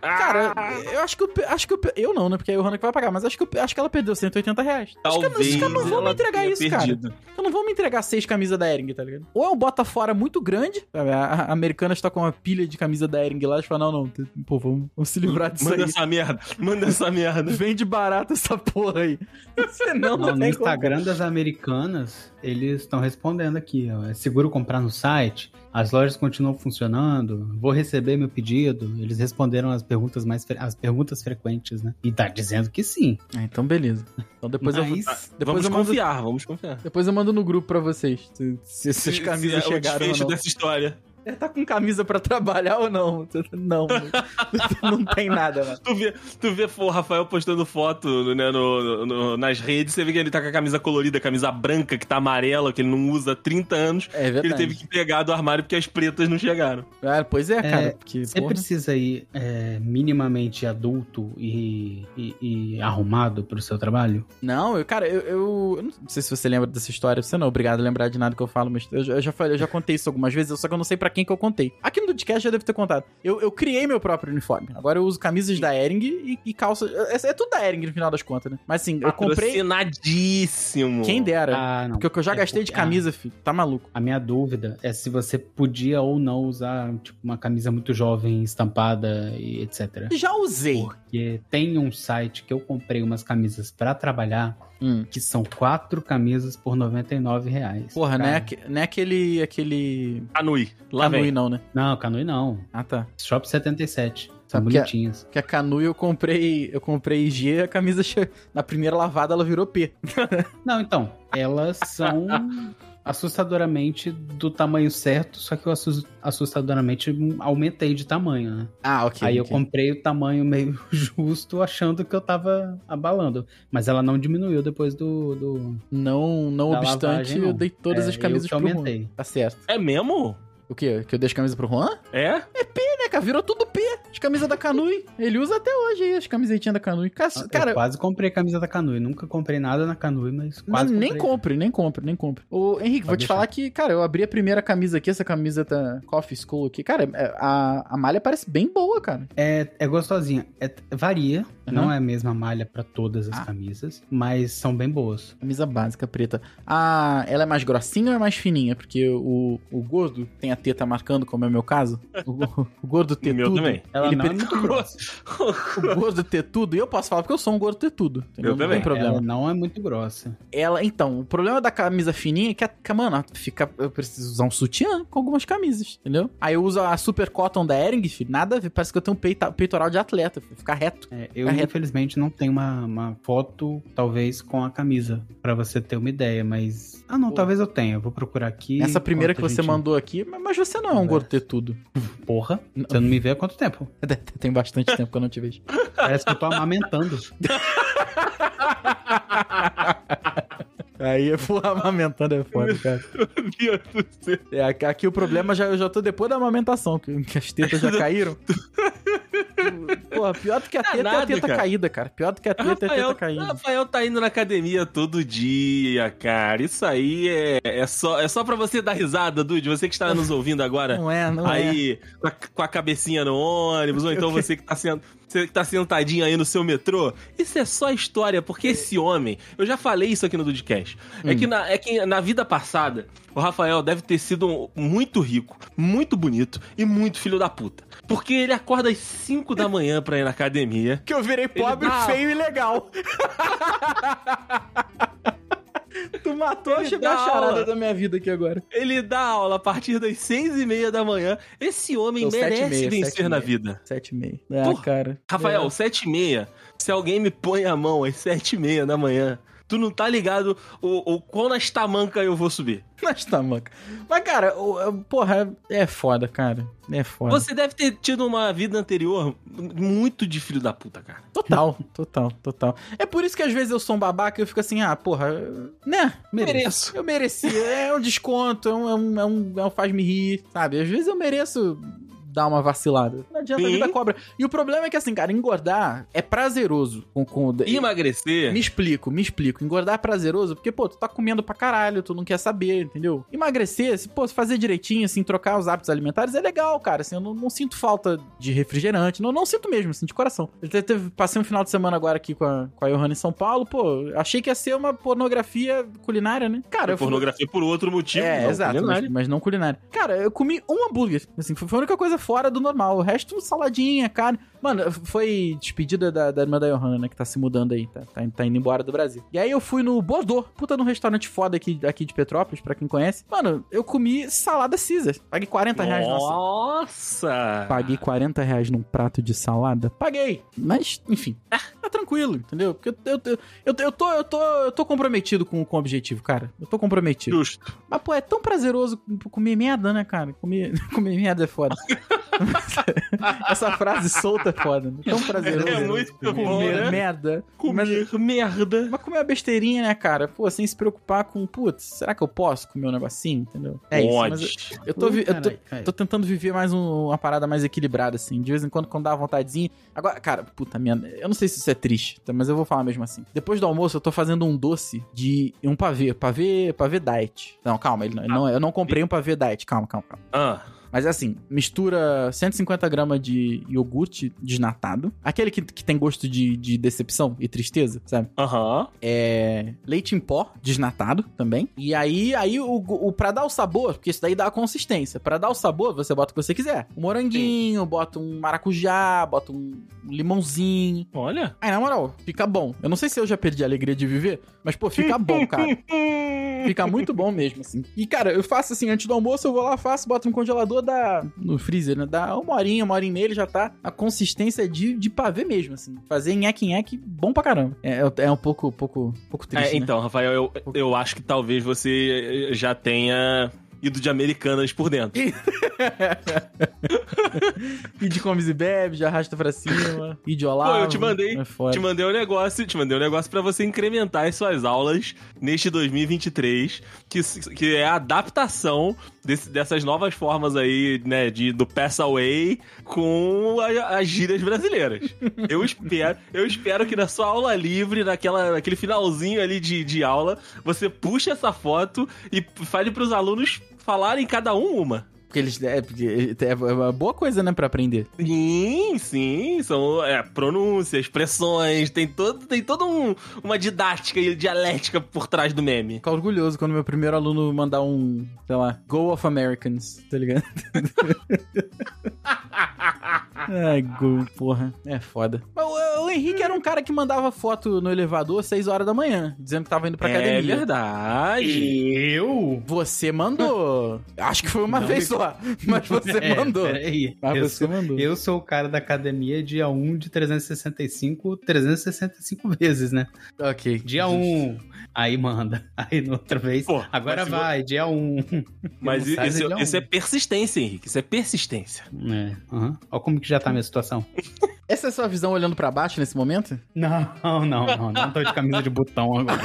[SPEAKER 3] Cara, eu acho que eu, pe- acho que eu, pe- eu não, né? Porque é o Hannah que vai pagar, mas acho que, eu, pe- acho que ela perdeu 180 reais. Acho que eu não-
[SPEAKER 2] talvez
[SPEAKER 3] Os caras não vão me
[SPEAKER 2] ela
[SPEAKER 3] entregar
[SPEAKER 2] tenha
[SPEAKER 3] isso, cara.
[SPEAKER 2] perdido.
[SPEAKER 3] Eu não vou me entregar seis camisas da Ering, tá ligado? Ou é um bota fora muito grande, sabe? A, a americana está com uma pilha de camisa da Ering lá e fala, não, não, t- pô, vamos, vamos se livrar disso
[SPEAKER 2] Manda
[SPEAKER 3] aí.
[SPEAKER 2] essa merda. Manda essa merda.
[SPEAKER 3] Vende barato essa porra aí. Senão não,
[SPEAKER 4] Não, no
[SPEAKER 3] tem como.
[SPEAKER 4] Instagram das americanas, eles estão respondendo aqui, ó. É seguro comprar no site? As lojas continuam funcionando? Vou receber meu pedido? Eles responderam as perguntas mais fre- as perguntas frequentes, né? E tá dizendo que sim.
[SPEAKER 3] Ah, então beleza. Então depois eu vou.
[SPEAKER 4] Mas-
[SPEAKER 3] Depois
[SPEAKER 2] vamos
[SPEAKER 3] eu, mando,
[SPEAKER 2] confiar, vamos confiar.
[SPEAKER 3] depois eu mando no grupo pra vocês. Se, se essas
[SPEAKER 2] Se-
[SPEAKER 3] camisas
[SPEAKER 2] se é o
[SPEAKER 3] chegaram ou
[SPEAKER 2] desfecho
[SPEAKER 3] não.
[SPEAKER 2] dessa história.
[SPEAKER 3] Ele tá com camisa pra trabalhar ou não? tá- Não, <laughs> não tem nada, mano.
[SPEAKER 2] Tu vê, tu vê o Rafael postando foto né, no, no- nas redes, você vê que ele tá com a camisa colorida, a camisa branca, que tá amarela, que ele não usa há 30 anos.
[SPEAKER 3] É
[SPEAKER 2] que
[SPEAKER 3] verdade.
[SPEAKER 2] ele teve que pegar do armário porque as pretas não chegaram.
[SPEAKER 3] Ah, pois é, cara.
[SPEAKER 4] É,
[SPEAKER 3] porque,
[SPEAKER 4] Você
[SPEAKER 3] porra,
[SPEAKER 4] precisa ir é, minimamente adulto e, e, e arrumado pro seu trabalho?
[SPEAKER 3] Não, eu, cara, eu, eu- eu não sei se você lembra dessa história. Você não é obrigado a lembrar de nada que eu falo, mas eu, já- eu já falei, eu já contei isso algumas vezes, só que eu não sei pra quem que eu contei. Aqui no podcast já deve ter contado. Eu, eu criei meu próprio uniforme. Agora eu uso camisas da Ering e, e calças. É, é tudo da Ering no final das contas, né? Mas assim, eu comprei.
[SPEAKER 2] Patrocinadíssimo.
[SPEAKER 3] Quem dera.
[SPEAKER 4] Ah, não.
[SPEAKER 3] Porque o que eu já
[SPEAKER 4] É
[SPEAKER 3] gastei de
[SPEAKER 4] porque- ah.
[SPEAKER 3] camisa, filho, tá maluco.
[SPEAKER 4] A minha dúvida é se você podia ou não usar tipo, uma camisa muito jovem, estampada e etc.
[SPEAKER 3] Já usei.
[SPEAKER 4] Porque tem um site que eu comprei umas camisas pra trabalhar
[SPEAKER 3] Hum.
[SPEAKER 4] que são quatro camisas por R$ 99 reais.
[SPEAKER 3] Porra,
[SPEAKER 4] Cara,
[SPEAKER 3] não é, aque- não é aquele. aquele.
[SPEAKER 2] Canui. Lá
[SPEAKER 3] Canui,
[SPEAKER 2] vem.
[SPEAKER 3] não, né?
[SPEAKER 4] Não, Canui não.
[SPEAKER 3] Ah, tá.
[SPEAKER 4] Shop 77. São
[SPEAKER 3] Sabe que é-
[SPEAKER 4] bonitinhas.
[SPEAKER 3] Porque a Canui eu comprei. Eu comprei G, a camisa che- na primeira lavada ela virou P.
[SPEAKER 4] Não, então, elas
[SPEAKER 3] <laughs>
[SPEAKER 4] são assustadoramente do tamanho certo, só que eu assus- assustadoramente aumentei de tamanho, né?
[SPEAKER 3] Ah, ok.
[SPEAKER 4] Aí eu
[SPEAKER 3] ok.
[SPEAKER 4] comprei o tamanho meio <laughs> justo, achando que eu tava abalando. Mas ela não diminuiu depois do. do...
[SPEAKER 3] Não, não
[SPEAKER 4] Da
[SPEAKER 3] obstante,
[SPEAKER 4] lavagem, não.
[SPEAKER 3] eu dei todas
[SPEAKER 4] É,
[SPEAKER 3] as camisas
[SPEAKER 4] eu que
[SPEAKER 3] pro Juan.
[SPEAKER 4] aumentei.
[SPEAKER 3] Tá certo.
[SPEAKER 2] É mesmo?
[SPEAKER 3] O quê? Que eu deixo camisa pro Juan?
[SPEAKER 2] É?
[SPEAKER 3] É, né, cara? Virou tudo P. As camisas da Canui. Ele usa até hoje aí as camisetinhas da Canui. Cara, cara,
[SPEAKER 4] Ah, eu quase comprei a camisa da Canui. Nunca comprei nada na Canui, mas quase.
[SPEAKER 3] nem
[SPEAKER 4] comprei.
[SPEAKER 3] compre, nem compre, nem compre. Ô, Henrique, vou te
[SPEAKER 4] Pode deixar.
[SPEAKER 3] falar que, cara, eu abri a primeira camisa aqui, essa camisa da Coffee School aqui. Cara, é- a, a malha parece bem boa, cara.
[SPEAKER 4] É, é gostosinha. É- varia.
[SPEAKER 3] Uhum.
[SPEAKER 4] Não é a mesma malha pra todas as
[SPEAKER 3] Ah.
[SPEAKER 4] camisas, mas são bem boas.
[SPEAKER 3] Camisa básica preta. Ah, ela é mais grossinha ou é mais fininha? Porque o, o gordo tem a teta marcando, como é o meu caso. O, go- o gordo
[SPEAKER 2] <laughs> O
[SPEAKER 3] tetudo.
[SPEAKER 2] meu também.
[SPEAKER 4] Ela
[SPEAKER 3] ele
[SPEAKER 4] não é
[SPEAKER 3] pre-
[SPEAKER 4] muito grossa.
[SPEAKER 3] o um gordo tetudo, e eu posso falar porque eu sou um gordo tetudo. entendeu?
[SPEAKER 2] Eu
[SPEAKER 3] não
[SPEAKER 2] também.
[SPEAKER 3] tem problema.
[SPEAKER 4] Ela não é muito grossa.
[SPEAKER 3] Ela, então, o problema da camisa fininha é que, a, que, mano, fica, eu preciso usar um sutiã com algumas camisas, entendeu? Aí eu uso a Super Cotton da Ering, filho, nada a ver, parece que eu tenho um peita- peitoral de atleta, filho, ficar reto.
[SPEAKER 4] É, eu,
[SPEAKER 3] Carreta.
[SPEAKER 4] infelizmente, não tenho uma, uma foto, talvez, com a camisa, pra você ter uma ideia, mas. Ah, não,
[SPEAKER 3] Pô.
[SPEAKER 4] talvez eu tenha. Eu vou procurar aqui.
[SPEAKER 3] Essa primeira que
[SPEAKER 4] enquanto a
[SPEAKER 3] você
[SPEAKER 4] gente-
[SPEAKER 3] mandou aqui, mas mas você não é um
[SPEAKER 4] Conversa.
[SPEAKER 3] gordo tetudo.
[SPEAKER 4] Porra, você não me vê há quanto tempo?
[SPEAKER 3] <laughs> Tem bastante tempo que eu não te vejo.
[SPEAKER 4] Parece que eu tô amamentando.
[SPEAKER 3] Aí eu fui <laughs> amamentando, é foda, cara.
[SPEAKER 2] Meu Deus do céu.
[SPEAKER 3] É, aqui, aqui o problema já, eu já tô depois da amamentação, que, que as
[SPEAKER 2] <laughs>
[SPEAKER 3] tetas já caíram. Porra, pior do que a
[SPEAKER 2] Não é
[SPEAKER 3] teta é a
[SPEAKER 2] nada,
[SPEAKER 3] teta
[SPEAKER 2] cara.
[SPEAKER 3] caída, cara. Pior do que a teta é a teta
[SPEAKER 2] Rafael,
[SPEAKER 3] caída.
[SPEAKER 2] Rafael tá indo na academia todo dia, cara. Isso aí é, é, só, é só pra você dar risada, Dude. Você que está nos ouvindo agora.
[SPEAKER 3] Não é, não é.
[SPEAKER 2] aí, com a, com a cabecinha no ônibus, ou então você que, tá sent, você que tá sentadinho aí no seu metrô. Isso é só história,
[SPEAKER 3] É.
[SPEAKER 2] porque esse homem. Eu já falei isso aqui no Dudcast. É,
[SPEAKER 3] Hum.
[SPEAKER 2] que na, é que na vida passada, o Rafael deve ter sido um- muito rico, muito bonito e muito filho da puta. Porque ele acorda às 5 da manhã pra ir na academia.
[SPEAKER 3] Que eu virei pobre,
[SPEAKER 2] dá-
[SPEAKER 3] feio e legal. <laughs> tu matou
[SPEAKER 2] Ele
[SPEAKER 3] chegou a
[SPEAKER 2] dá
[SPEAKER 3] charada
[SPEAKER 2] aula.
[SPEAKER 3] da minha vida aqui agora.
[SPEAKER 2] Ele dá aula a partir das seis e meia da manhã. Esse homem
[SPEAKER 3] Não, sete e
[SPEAKER 2] merece
[SPEAKER 3] meia, sete e
[SPEAKER 2] vencer na
[SPEAKER 3] meia.
[SPEAKER 2] vida.
[SPEAKER 3] Sete e meio. Ah,
[SPEAKER 2] Porra.
[SPEAKER 3] cara. É,
[SPEAKER 2] Rafael, sete e meia, se alguém me põe a mão às sete e meia da manhã, tu não tá ligado o, o quão nas tamancas eu vou subir.
[SPEAKER 3] <laughs> Mas tá, manca. Mas, cara, o- o- porra, é foda, cara. É foda.
[SPEAKER 2] Você deve ter tido uma vida anterior muito de filho da puta, cara.
[SPEAKER 3] Total, total, total. É por isso que às vezes eu sou um babaca e eu fico assim, ah, porra, né?
[SPEAKER 2] Mereço.
[SPEAKER 3] Eu mereci. É um desconto, é um, é um, é um, é um faz-me rir, sabe? Às vezes eu mereço dar uma vacilada. Não adianta, a
[SPEAKER 2] Sim.
[SPEAKER 3] vida cobra. E o problema é que, assim, cara, engordar é prazeroso. Com, com...
[SPEAKER 2] Emagrecer.
[SPEAKER 3] Me explico, me explico. Engordar é prazeroso porque, pô, tu tá comendo pra caralho, tu não quer saber, entendeu? Emagrecer, se, pô, se fazer direitinho, assim, trocar os hábitos alimentares é legal, cara. Assim, eu não, não sinto falta de refrigerante, não, não sinto mesmo, assim, de coração. Eu te- teve- passei um final de semana agora aqui com a, com a Johanna em São Paulo, pô, achei que ia ser uma pornografia culinária, né? Cara, eu fui-
[SPEAKER 2] pornografia por outro motivo.
[SPEAKER 3] é,
[SPEAKER 2] não,
[SPEAKER 3] exato,
[SPEAKER 2] culinária.
[SPEAKER 3] mas, mas não culinária. Cara, eu comi um hambúrguer. Assim, foi foi a única coisa fora do normal. O resto, saladinha, carne. Mano, foi despedida da, da irmã da Johanna, né? Que tá se mudando aí, tá, tá, tá indo embora do Brasil. E aí eu fui no Bordeaux, puta num restaurante foda aqui, aqui de Petrópolis, pra quem conhece. Mano, eu comi salada Caesar. Paguei 40 tá reais nessa.
[SPEAKER 2] Nossa!
[SPEAKER 3] Paguei 40 reais num prato de salada? Paguei! Mas, enfim, tá tranquilo, entendeu? Porque eu, eu, eu, eu, eu tô, eu, tô, eu tô comprometido com, com o objetivo, cara. Eu tô comprometido.
[SPEAKER 2] Justo.
[SPEAKER 3] Mas, pô, é tão prazeroso comer merda, né, cara? Comer, <laughs> comer merda é foda. <laughs> Essa frase solta é foda. Né? Tão prazeroso.
[SPEAKER 2] É
[SPEAKER 3] né?
[SPEAKER 2] muito
[SPEAKER 3] comer
[SPEAKER 2] bom, né?
[SPEAKER 3] merda.
[SPEAKER 2] Comer merda.
[SPEAKER 3] Mas comer uma besteirinha, né, cara? Pô, sem se preocupar com, putz, será que eu posso comer um negocinho, entendeu? É isso. mas eu-
[SPEAKER 2] Pode.
[SPEAKER 3] eu tô, vi- eu tô,
[SPEAKER 4] Caralho, cara.
[SPEAKER 3] tô tentando viver mais um- uma parada mais equilibrada, assim. De vez em quando, quando dá uma vontadezinha. Agora, cara, puta minha. Eu não sei se isso é triste, tá? mas eu vou falar mesmo assim. Depois do almoço, eu tô fazendo um doce de um pavê. Pavê, pavê diet. Não, calma, ele não, ele não- eu não comprei um pavê diet. Calma, calma, calma.
[SPEAKER 2] Ah,
[SPEAKER 3] Mas é assim, mistura 150 gramas de iogurte desnatado. Aquele que, que tem gosto de, de decepção e tristeza, sabe?
[SPEAKER 2] aham.
[SPEAKER 3] É, leite em pó, desnatado também. E aí, aí o, o para dar o sabor, porque isso daí dá a consistência. Pra dar o sabor, você bota o que você quiser. Um moranguinho, bota um maracujá, bota um limãozinho.
[SPEAKER 2] Olha.
[SPEAKER 3] Aí, na moral, fica bom. Eu não sei se eu já perdi a alegria de viver, mas, pô,
[SPEAKER 2] <laughs>
[SPEAKER 3] fica bom, cara. Fica muito bom mesmo, assim. E, cara, eu faço assim, antes do almoço, eu vou lá, faço, boto no congelador, dá. No freezer, né? Dá uma horinha, uma hora e meia, ele já tá a consistência de, de pavê mesmo, assim. Fazer nheque-nheque, bom pra caramba. É, é um pouco, pouco, pouco triste. né?
[SPEAKER 2] É, então, Rafael, eu, eu acho que talvez você eh, já tenha ido de americanas por dentro.
[SPEAKER 3] né? E de comes e bebe, de arrasta pra cima, e de olá.
[SPEAKER 2] Pô, eu te mandei-
[SPEAKER 3] É foda.
[SPEAKER 2] Te mandei um negócio, te mandei um negócio para você incrementar as suas aulas neste 2023, que, s- que é a adaptação desse- dessas novas formas aí, né, de, do Passaway com a- as gírias brasileiras. Eu espero, eu espero que na sua aula livre, naquela, naquele finalzinho ali de, de aula, você puxe essa foto e fale pros alunos falarem cada um uma.
[SPEAKER 3] Porque eles. É, porque é uma boa coisa, né, pra aprender.
[SPEAKER 2] Sim, sim, são é, pronúncias, expressões, tem todo, tem toda um, uma didática e dialética por trás do meme.
[SPEAKER 3] Ficar orgulhoso quando meu primeiro aluno mandar um, sei lá, Go of Americans, tá ligado? <laughs> Ai, Go, porra. É foda. Mas O, o Henrique era um cara que mandava foto no elevador às 6 horas da manhã, dizendo que tava indo pra
[SPEAKER 2] É
[SPEAKER 3] academia.
[SPEAKER 2] verdade.
[SPEAKER 4] Eu?
[SPEAKER 3] Você mandou. Acho que foi uma
[SPEAKER 4] Não,
[SPEAKER 3] vez só, mas você
[SPEAKER 4] <laughs> É,
[SPEAKER 3] mandou.
[SPEAKER 4] Peraí.
[SPEAKER 3] Mas
[SPEAKER 4] Eu
[SPEAKER 3] você
[SPEAKER 4] sou,
[SPEAKER 3] mandou.
[SPEAKER 4] eu sou o cara da academia dia 1 de 365, 365 <laughs> vezes, né?
[SPEAKER 3] Ok.
[SPEAKER 4] Dia 1. Aí manda. Aí na outra vez.
[SPEAKER 2] Pô, mas
[SPEAKER 4] agora
[SPEAKER 2] se
[SPEAKER 4] vai, dia 1.
[SPEAKER 2] Mas
[SPEAKER 4] Não sabe
[SPEAKER 2] isso,
[SPEAKER 4] de onde.
[SPEAKER 2] isso é persistência, Henrique. Isso é persistência.
[SPEAKER 4] É. aham. Olha como que já tá a minha situação.
[SPEAKER 3] Essa é a sua visão olhando pra baixo nesse momento?
[SPEAKER 4] Não, não, não. Não tô de camisa de botão agora.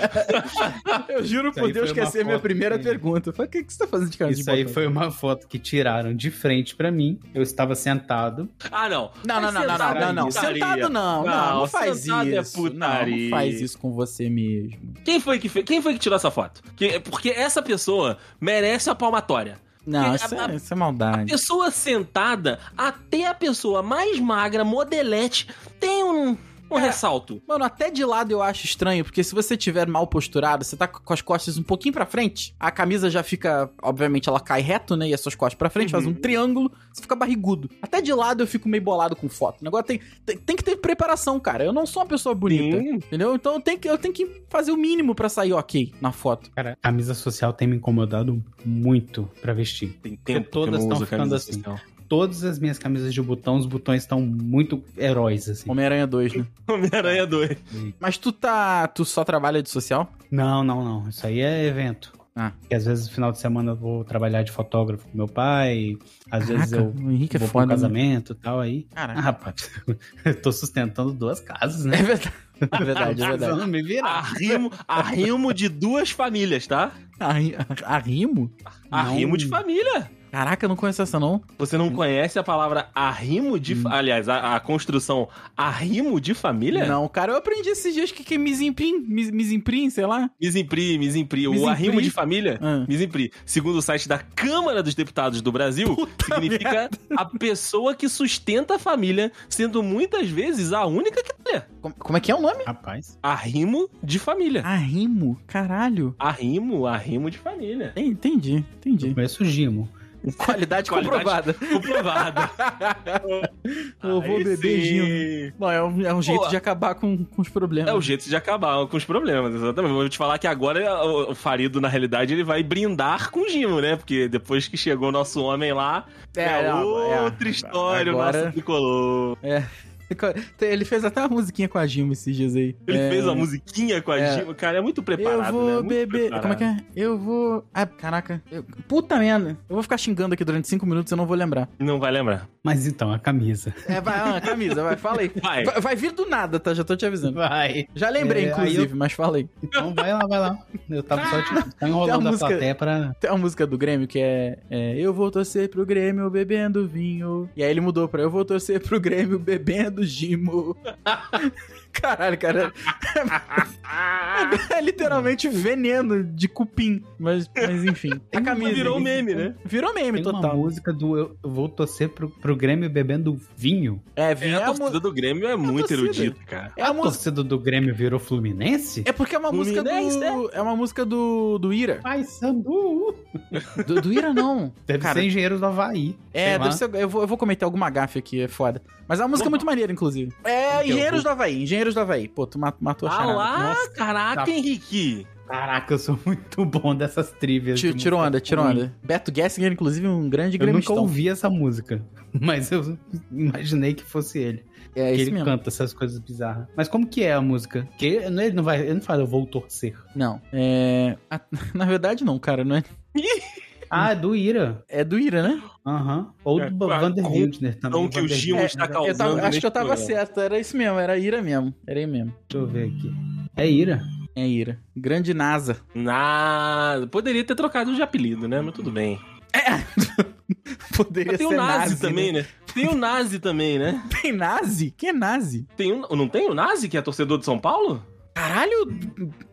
[SPEAKER 3] <laughs> eu juro
[SPEAKER 4] Isso
[SPEAKER 3] por
[SPEAKER 4] aí
[SPEAKER 3] Deus
[SPEAKER 4] foi
[SPEAKER 3] que essa
[SPEAKER 4] uma
[SPEAKER 3] é a minha
[SPEAKER 4] foto
[SPEAKER 3] primeira
[SPEAKER 4] que-
[SPEAKER 3] pergunta. Eu falei, O que, que você tá fazendo de cara de
[SPEAKER 4] Isso aí
[SPEAKER 3] botão?
[SPEAKER 4] foi uma foto que tiraram de frente pra mim. Eu estava sentado.
[SPEAKER 2] Ah, não.
[SPEAKER 3] Não,
[SPEAKER 2] Mas
[SPEAKER 3] não, não, não, não,
[SPEAKER 2] sentado
[SPEAKER 3] não, não.
[SPEAKER 2] é putaria.
[SPEAKER 3] Sentado não, não,
[SPEAKER 2] Não,
[SPEAKER 3] não faz
[SPEAKER 2] sentado é
[SPEAKER 3] isso. Não, não
[SPEAKER 2] putaria.
[SPEAKER 3] faz isso com você mesmo.
[SPEAKER 2] Quem foi que fez- quem foi que tirou essa foto? Que- porque essa pessoa merece a palmatória.
[SPEAKER 3] Não,
[SPEAKER 2] Que-
[SPEAKER 3] isso
[SPEAKER 2] a-
[SPEAKER 3] é, isso é maldade.
[SPEAKER 2] Pessoa sentada, até a pessoa mais magra, modelete, tem um,
[SPEAKER 4] É.
[SPEAKER 2] um ressalto.
[SPEAKER 3] Mano, até de lado eu acho estranho, porque se você tiver mal posturado, você tá com as costas um pouquinho pra frente, a camisa já fica, obviamente, ela cai reto, né? E as suas costas pra frente,
[SPEAKER 4] Uhum.
[SPEAKER 3] faz um triângulo, você fica barrigudo. Até de lado eu fico meio bolado com foto. O negócio tem, tem, tem que ter preparação, cara. Eu não sou uma pessoa bonita,
[SPEAKER 2] Sim.
[SPEAKER 3] entendeu? Então eu tenho, que, eu tenho que fazer o mínimo pra sair ok na foto.
[SPEAKER 4] Cara, camisa social tem me incomodado muito pra vestir.
[SPEAKER 2] Tem tempo que
[SPEAKER 4] todas
[SPEAKER 2] eu não
[SPEAKER 4] tão
[SPEAKER 2] uso
[SPEAKER 4] ficando
[SPEAKER 2] camisa
[SPEAKER 4] assim.
[SPEAKER 2] social.
[SPEAKER 4] Todas as minhas camisas de botão, os botões estão muito heróis, assim.
[SPEAKER 3] Homem-Aranha 2, né?
[SPEAKER 2] Homem-Aranha 2.
[SPEAKER 3] Mas tu tá. Tu só trabalha de social?
[SPEAKER 4] Não, não, não. Isso aí é evento.
[SPEAKER 3] Ah.
[SPEAKER 4] Porque às vezes no final de semana eu vou trabalhar de fotógrafo com meu pai, às vezes
[SPEAKER 3] Caraca,
[SPEAKER 4] eu
[SPEAKER 3] o Henrique é
[SPEAKER 4] vou
[SPEAKER 3] foda,
[SPEAKER 4] pra um casamento e tal aí.
[SPEAKER 3] né?
[SPEAKER 4] Ah,
[SPEAKER 3] Caraca.
[SPEAKER 4] rapaz, <laughs> eu tô sustentando duas casas, né?
[SPEAKER 3] É verdade. É verdade, é <laughs> verdade.
[SPEAKER 4] Precisando me virar.
[SPEAKER 2] Arrimo, arrimo de duas famílias, tá?
[SPEAKER 3] Arri- Arrimo?
[SPEAKER 2] Arrimo
[SPEAKER 4] Não.
[SPEAKER 2] de família.
[SPEAKER 3] Caraca, eu não conheço essa, não.
[SPEAKER 2] Você não conhece a palavra arrimo de.
[SPEAKER 3] Hum.
[SPEAKER 2] fa- Aliás, a, a construção arrimo de família?
[SPEAKER 3] Não, cara, eu aprendi esses dias que que é misimprim, mis- misimprim, sei lá.
[SPEAKER 2] Misimpri, misimpri. O
[SPEAKER 3] Misimpri.
[SPEAKER 2] arrimo de família?
[SPEAKER 3] Ah.
[SPEAKER 2] Misimpri. Segundo o site da Câmara dos Deputados do Brasil, significa a pessoa que sustenta a família, sendo muitas vezes a única que tem.
[SPEAKER 3] Como, como é que é o nome?
[SPEAKER 4] Rapaz,
[SPEAKER 2] Arrimo de família.
[SPEAKER 3] Arrimo, caralho.
[SPEAKER 2] Arrimo, arrimo de família.
[SPEAKER 3] Entendi, entendi.
[SPEAKER 4] eu conheço o Gimo.
[SPEAKER 3] Qualidade, comprovada. <laughs>
[SPEAKER 2] Comprovada.
[SPEAKER 3] Eu vou
[SPEAKER 2] Aí
[SPEAKER 3] beber
[SPEAKER 2] sim.
[SPEAKER 3] gin. Bom, é um, é um jeito de acabar com, com os problemas.
[SPEAKER 2] É o jeito de acabar com os problemas, exatamente. Vou te falar que agora o o Farido, na realidade, ele vai brindar com o Gimo, né? Porque depois que chegou o nosso homem lá, é,
[SPEAKER 3] não, é.
[SPEAKER 2] outra história, o
[SPEAKER 3] Agora-
[SPEAKER 2] nosso tricolor.
[SPEAKER 3] Ele fez até uma musiquinha com a Gilma esses dias aí.
[SPEAKER 2] Ele
[SPEAKER 3] É,
[SPEAKER 2] fez a musiquinha com a
[SPEAKER 3] é.
[SPEAKER 2] Gimo, cara, é muito
[SPEAKER 3] Eu
[SPEAKER 2] preparado, né?
[SPEAKER 3] vou
[SPEAKER 2] Muito
[SPEAKER 3] beber.
[SPEAKER 2] preparado.
[SPEAKER 3] Como é que é? Eu vou. Ah, caraca. Eu- Puta merda. Eu vou ficar xingando aqui durante cinco minutos, eu não vou lembrar.
[SPEAKER 2] Não vai lembrar.
[SPEAKER 4] Mas então,
[SPEAKER 3] <laughs>
[SPEAKER 4] a camisa.
[SPEAKER 3] É, vai, ah, camisa, vai, fala aí.
[SPEAKER 2] Vai.
[SPEAKER 3] Vai, vai vir do nada, tá? Já tô te avisando.
[SPEAKER 4] Vai.
[SPEAKER 3] Já lembrei,
[SPEAKER 4] É, aí
[SPEAKER 3] inclusive, mas falei.
[SPEAKER 4] Então vai lá, vai lá. Eu tava só te tá enrolando
[SPEAKER 3] Tem a
[SPEAKER 4] a,
[SPEAKER 3] música-
[SPEAKER 4] plateia pra.
[SPEAKER 3] Tem uma música do Grêmio que é, é, Eu vou torcer pro Grêmio bebendo vinho. E aí ele mudou pra Eu vou torcer pro Grêmio bebendo gimo. <laughs> Caralho, cara. É literalmente veneno de cupim. Mas, mas enfim. A É camisa.
[SPEAKER 2] virou
[SPEAKER 3] ele-
[SPEAKER 2] meme, né?
[SPEAKER 3] Virou meme
[SPEAKER 4] Tem uma
[SPEAKER 3] total.
[SPEAKER 4] música do Eu eu vou torcer pro, pro Grêmio bebendo vinho.
[SPEAKER 3] É,
[SPEAKER 2] É,
[SPEAKER 3] vinho
[SPEAKER 2] a
[SPEAKER 3] é, a mu-
[SPEAKER 2] torcida do Grêmio é muito
[SPEAKER 3] torcida.
[SPEAKER 2] erudita, cara.
[SPEAKER 3] é a
[SPEAKER 4] a
[SPEAKER 3] música.
[SPEAKER 4] torcida do Grêmio virou Fluminense?
[SPEAKER 3] É porque é uma música
[SPEAKER 2] Fluminense,
[SPEAKER 3] do. É uma música do. do Ira.
[SPEAKER 4] Ai, Sandu!
[SPEAKER 3] Do, do Ira, não.
[SPEAKER 4] Deve
[SPEAKER 3] Cara,
[SPEAKER 4] ser engenheiro do Havaí.
[SPEAKER 3] É,
[SPEAKER 4] sei lá.
[SPEAKER 3] deve ser, eu, vou, eu vou cometer alguma gafe aqui, é foda. Mas a música é muito maneira, inclusive. É,
[SPEAKER 4] Então,
[SPEAKER 3] Engenheiros do Havaí, Engenheiros do Havaí. Pô, tu ma- matou a
[SPEAKER 2] Ah
[SPEAKER 3] charada.
[SPEAKER 2] lá,
[SPEAKER 3] Nossa,
[SPEAKER 2] caraca,
[SPEAKER 4] tá-
[SPEAKER 2] Henrique.
[SPEAKER 4] Caraca, eu sou <laughs> muito bom dessas trivias.
[SPEAKER 3] ti-
[SPEAKER 4] de
[SPEAKER 3] tirou
[SPEAKER 4] música
[SPEAKER 3] onda, tirou
[SPEAKER 4] ruim.
[SPEAKER 3] onda. Beto Gessinger, inclusive, um grande
[SPEAKER 4] Eu nunca
[SPEAKER 3] gremistão.
[SPEAKER 4] ouvi essa música, <laughs> mas eu imaginei que fosse ele.
[SPEAKER 3] É
[SPEAKER 4] que
[SPEAKER 3] isso
[SPEAKER 4] ele
[SPEAKER 3] mesmo.
[SPEAKER 4] canta essas coisas bizarras. Mas como que é a música? Que ele não- ele não vai, ele não fala eu vou torcer.
[SPEAKER 3] Não, é... a- <laughs> Na verdade, não, cara, não é...
[SPEAKER 4] Ah, é do Ira.
[SPEAKER 3] É do Ira, né?
[SPEAKER 4] Aham. Ou
[SPEAKER 2] É,
[SPEAKER 4] do
[SPEAKER 2] com a-
[SPEAKER 4] Vander
[SPEAKER 2] com-
[SPEAKER 4] Wildner
[SPEAKER 3] tá
[SPEAKER 4] também.
[SPEAKER 2] Então que o
[SPEAKER 4] Vander
[SPEAKER 2] Gil
[SPEAKER 4] Wildner.
[SPEAKER 2] está
[SPEAKER 3] É, Eu
[SPEAKER 2] causando.
[SPEAKER 3] tava- acho
[SPEAKER 2] nesse
[SPEAKER 3] que eu tava
[SPEAKER 2] programa.
[SPEAKER 3] certo, era isso mesmo, era Ira mesmo. Era aí mesmo.
[SPEAKER 4] Deixa eu ver aqui. É Ira.
[SPEAKER 3] É Ira. Grande NASA. <laughs>
[SPEAKER 2] Nada. Poderia ter trocado de apelido, né? Mas tudo bem.
[SPEAKER 3] Poderia
[SPEAKER 2] Mas tem o
[SPEAKER 3] ser
[SPEAKER 2] Nazi,
[SPEAKER 3] nazi
[SPEAKER 2] também, né? Tem o Nazi também, né?
[SPEAKER 3] Né? Tem Nazi? Que é Nazi?
[SPEAKER 2] Tem um... Não tem o Nazi, que é torcedor de São Paulo?
[SPEAKER 3] Caralho,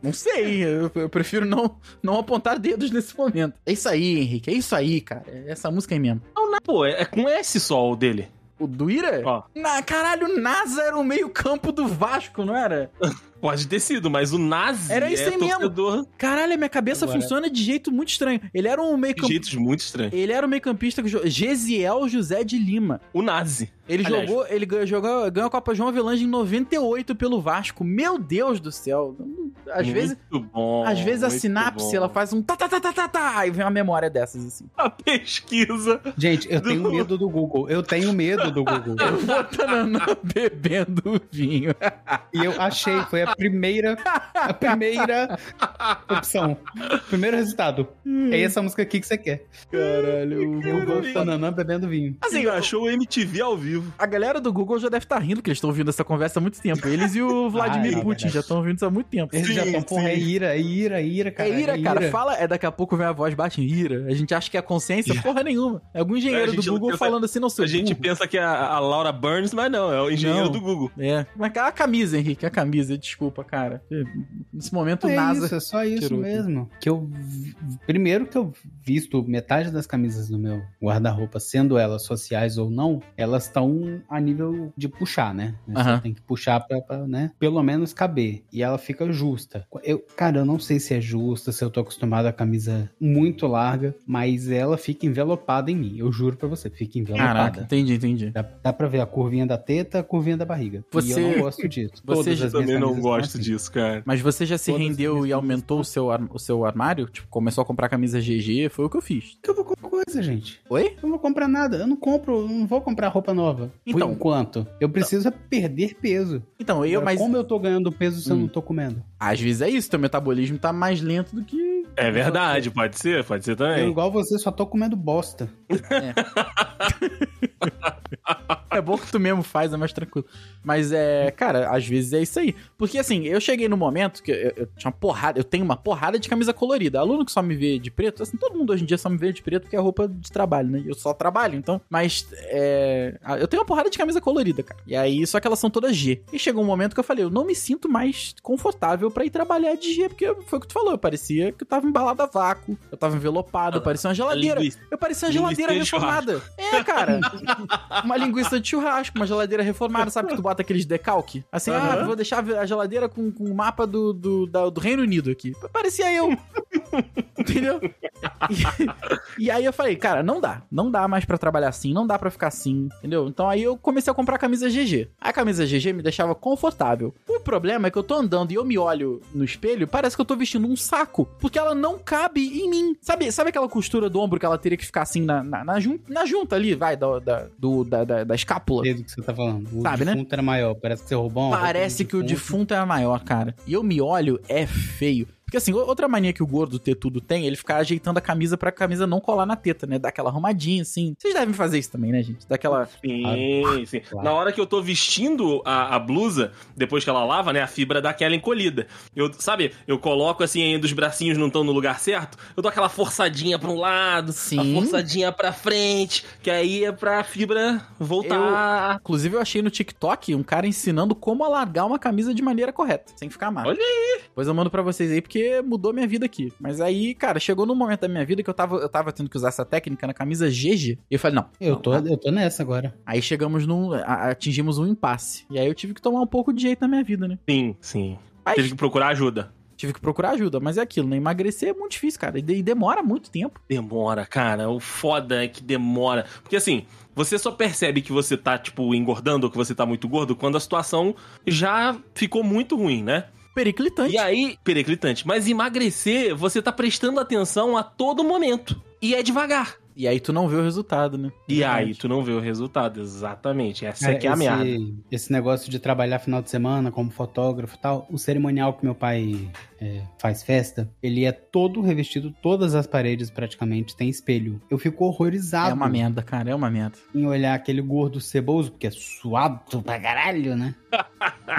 [SPEAKER 3] não sei. Eu, eu prefiro não, não apontar dedos nesse momento. É isso aí, Henrique. É isso aí, cara. É Essa música aí mesmo.
[SPEAKER 2] Não, não. Pô, é é com S só o dele.
[SPEAKER 3] O do Ira?
[SPEAKER 2] Ó.
[SPEAKER 3] Na, caralho, NASA era o meio-campo do Vasco, não era?
[SPEAKER 2] Pode ter sido, mas o Nazi
[SPEAKER 3] Era isso
[SPEAKER 2] é
[SPEAKER 3] aí mesmo.
[SPEAKER 2] torcedor
[SPEAKER 3] Caralho, a minha cabeça
[SPEAKER 4] Agora-
[SPEAKER 3] funciona de jeito muito estranho. Ele era um
[SPEAKER 2] de
[SPEAKER 3] meio-campista.
[SPEAKER 2] jeitos muito estranhos.
[SPEAKER 3] Ele era o meio-campista que jo- Gesiel José de Lima.
[SPEAKER 2] O Nazi.
[SPEAKER 3] Ele
[SPEAKER 2] Aliás.
[SPEAKER 3] jogou, ele ganhou, jogou- ganhou a Copa João Avelange em 98 pelo Vasco. Meu Deus do céu. Às
[SPEAKER 2] muito
[SPEAKER 3] vezes,
[SPEAKER 2] bom.
[SPEAKER 3] às vezes a
[SPEAKER 2] muito
[SPEAKER 3] sinapse
[SPEAKER 2] bom.
[SPEAKER 3] ela faz um tá tá tá tá tá tá e vem uma memória dessas assim.
[SPEAKER 2] A pesquisa.
[SPEAKER 4] Gente,
[SPEAKER 2] <laughs>
[SPEAKER 4] eu tenho medo do Google. Eu tenho medo do Google.
[SPEAKER 3] Vou taranã bebendo vinho.
[SPEAKER 4] E eu achei, foi a primeira, a primeira opção. Primeiro resultado. É essa música aqui que você quer.
[SPEAKER 3] Caralho, o
[SPEAKER 4] Eu
[SPEAKER 3] Google
[SPEAKER 4] vou
[SPEAKER 3] tá...
[SPEAKER 4] tananã bebendo vinho.
[SPEAKER 3] Assim,
[SPEAKER 2] Ele achou o MTV ao vivo.
[SPEAKER 3] a galera do Google já deve estar rindo, que eles estão ouvindo essa conversa há muito tempo. Eles e o Vladimir
[SPEAKER 4] Ah, é, é
[SPEAKER 3] Putin
[SPEAKER 4] verdade.
[SPEAKER 3] já estão ouvindo isso há muito tempo.
[SPEAKER 4] Eles
[SPEAKER 2] Sim,
[SPEAKER 4] já estão, porra, é
[SPEAKER 2] sim.
[SPEAKER 4] ira, é ira, é ira, cara.
[SPEAKER 3] é ira, cara. Fala, é daqui a pouco vem a voz, bate em ira. A gente acha que é consciência, porra nenhuma. É algum engenheiro
[SPEAKER 2] É, a
[SPEAKER 3] do
[SPEAKER 2] gente
[SPEAKER 3] Google
[SPEAKER 2] pensa-
[SPEAKER 3] falando assim, não sou
[SPEAKER 2] A gente
[SPEAKER 3] burro.
[SPEAKER 2] pensa que é a a Laura Burns, mas não, é o engenheiro
[SPEAKER 3] Não.
[SPEAKER 2] do Google.
[SPEAKER 3] É, mas a camisa, Henrique, é a camisa, desculpa, cara. Nesse momento,
[SPEAKER 4] É
[SPEAKER 3] NASA.
[SPEAKER 4] isso, é só isso
[SPEAKER 3] tirou aqui.
[SPEAKER 4] mesmo. Que eu vi- primeiro que eu visto metade das camisas do meu guarda-roupa, sendo elas sociais ou não, elas estão a nível de puxar, né? Você
[SPEAKER 3] Aham.
[SPEAKER 4] tem que puxar pra, pra, né, pelo menos caber. E ela fica justa. Eu, cara, eu não sei se é justa, se eu tô acostumado a camisa muito larga, mas ela fica envelopada em mim. Eu juro pra você, fica envelopada.
[SPEAKER 3] Caraca, entendi, entendi.
[SPEAKER 4] Dá, dá pra ver a curvinha da teta, a curvinha da barriga.
[SPEAKER 3] Você-
[SPEAKER 4] E eu não gosto disso.
[SPEAKER 3] <laughs> Você
[SPEAKER 4] Todas
[SPEAKER 3] já-
[SPEAKER 4] as
[SPEAKER 2] Eu
[SPEAKER 4] minhas
[SPEAKER 2] também não
[SPEAKER 4] camisas são
[SPEAKER 2] gosto
[SPEAKER 4] assim.
[SPEAKER 2] disso, cara.
[SPEAKER 3] Mas você já se
[SPEAKER 4] Todas as
[SPEAKER 3] rendeu e
[SPEAKER 4] minhas
[SPEAKER 3] aumentou o seu, ar- o seu armário? Tipo, começou a comprar camisa GG? Foi o que eu fiz.
[SPEAKER 4] que eu vou comprar coisa, gente?
[SPEAKER 3] Oi?
[SPEAKER 4] Eu não vou comprar nada. Eu não compro, eu não vou comprar roupa nova.
[SPEAKER 3] Então.
[SPEAKER 4] Por enquanto. Eu preciso é perder peso.
[SPEAKER 3] Então, eu,
[SPEAKER 4] Agora,
[SPEAKER 3] mas
[SPEAKER 4] É,
[SPEAKER 3] Hum.
[SPEAKER 4] Como eu tô ganhando peso se eu não tô comendo?
[SPEAKER 3] às vezes é isso, teu metabolismo tá mais lento do que.
[SPEAKER 2] É verdade, pode ser, pode ser
[SPEAKER 4] Eu,
[SPEAKER 2] também.
[SPEAKER 4] igual você, só tô comendo bosta.
[SPEAKER 3] É bom que tu mesmo faz, é mais tranquilo. Mas é, cara, às vezes é isso aí. Porque assim, eu cheguei no momento que eu, eu tinha uma porrada, eu tenho uma porrada de camisa colorida. Aluno que só me vê de preto, assim, todo mundo hoje em dia só me vê de preto porque é roupa de trabalho, né? Eu só trabalho, então. Mas é. a- Eu tenho uma porrada de camisa colorida, cara. E aí, só que elas são todas G. E chegou um momento que eu falei, eu não me sinto mais confortável pra ir trabalhar de G, porque foi o que tu falou, eu parecia que eu tava embalado a vácuo, eu tava envelopado, eu parecia uma geladeira.
[SPEAKER 2] Linguiça.
[SPEAKER 3] Eu parecia uma
[SPEAKER 2] Linguiça
[SPEAKER 3] geladeira
[SPEAKER 2] de churrasco.
[SPEAKER 3] reformada. É,
[SPEAKER 2] <laughs>
[SPEAKER 3] cara. uma linguiça de churrasco, uma geladeira reformada, sabe? Que tu bota aqueles decalque. Assim, ah,
[SPEAKER 2] Aham. <laughs>
[SPEAKER 3] vou deixar a geladeira com com o mapa do, do, da- do Reino Unido aqui. Parecia eu. Entendeu? <laughs> E, e aí eu falei, cara, não dá. Não dá mais pra trabalhar assim, não dá pra ficar assim, entendeu? Então aí eu comecei a comprar camisa GG. A camisa GG me deixava confortável. O problema é que eu tô andando e eu me olho no espelho, parece que eu tô vestindo um saco, porque ela não cabe em mim. Sabe, sabe aquela costura do ombro que ela teria que ficar assim na, na, na, jun- na junta ali, vai, da, da, do, da, da, da escápula?
[SPEAKER 4] Sei do que você tá falando. O
[SPEAKER 3] Sabe, né?
[SPEAKER 4] defunto era maior. Parece que você roubou uma roupa
[SPEAKER 3] Parece
[SPEAKER 4] do
[SPEAKER 3] que o defunto é maior, cara. E eu me olho, é feio. Porque assim, o- outra mania que o gordo ter tudo tem, é ele ficar ajeitando a camisa pra camisa não colar na teta, né? Dar aquela arrumadinha, assim. Vocês devem fazer isso também, né, gente? Daquela.
[SPEAKER 2] Sim, sim.
[SPEAKER 4] Claro.
[SPEAKER 2] Na hora que eu tô vestindo a, a blusa, depois que ela lava, né, a fibra dá aquela encolhida. Eu, sabe, eu coloco assim, ainda os bracinhos não estão no lugar certo, eu dou aquela forçadinha pra um lado,
[SPEAKER 3] Sim.
[SPEAKER 2] a forçadinha pra frente, que aí é pra fibra voltar.
[SPEAKER 3] Inclusive, eu achei no TikTok um cara ensinando como alargar uma camisa de maneira correta, sem ficar amargo.
[SPEAKER 2] Olha
[SPEAKER 3] aí! Pois eu mando pra vocês aí, porque mudou minha vida aqui. Mas aí, cara, chegou num momento da minha vida que eu tava, eu tava tendo que usar essa técnica na camisa GG. E eu falei, não.
[SPEAKER 4] Eu
[SPEAKER 3] não,
[SPEAKER 4] tô, eu tô nessa agora.
[SPEAKER 3] Aí chegamos num. a- atingimos um impasse. E aí eu tive que tomar um pouco de jeito na minha vida, né?
[SPEAKER 2] Sim, sim.
[SPEAKER 3] Mas-
[SPEAKER 2] Teve que procurar ajuda.
[SPEAKER 3] Tive que procurar ajuda, mas é aquilo, né? Emagrecer é muito difícil, cara. E, de- e demora muito tempo.
[SPEAKER 2] Demora, cara. O foda é que demora. Porque assim, você só percebe que você tá, tipo, engordando ou que você tá muito gordo quando a situação já ficou muito ruim, né?
[SPEAKER 3] Periclitante.
[SPEAKER 2] E aí, periclitante, mas emagrecer, você tá prestando atenção a todo momento. E é devagar.
[SPEAKER 3] E aí tu não vê o resultado, né?
[SPEAKER 2] E
[SPEAKER 3] Verdade.
[SPEAKER 2] aí, tu não vê o resultado. Exatamente. Essa
[SPEAKER 4] Cara,
[SPEAKER 2] é que é a merda.
[SPEAKER 4] esse, esse negócio de trabalhar final de semana como fotógrafo e tal, o cerimonial que meu pai é, faz festa, ele é todo revestido, todas as paredes praticamente tem espelho. Eu fico horrorizado
[SPEAKER 3] É uma merda, cara. É uma merda.
[SPEAKER 4] em olhar aquele gordo ceboso, porque é suado pra
[SPEAKER 3] <laughs>
[SPEAKER 4] caralho, né?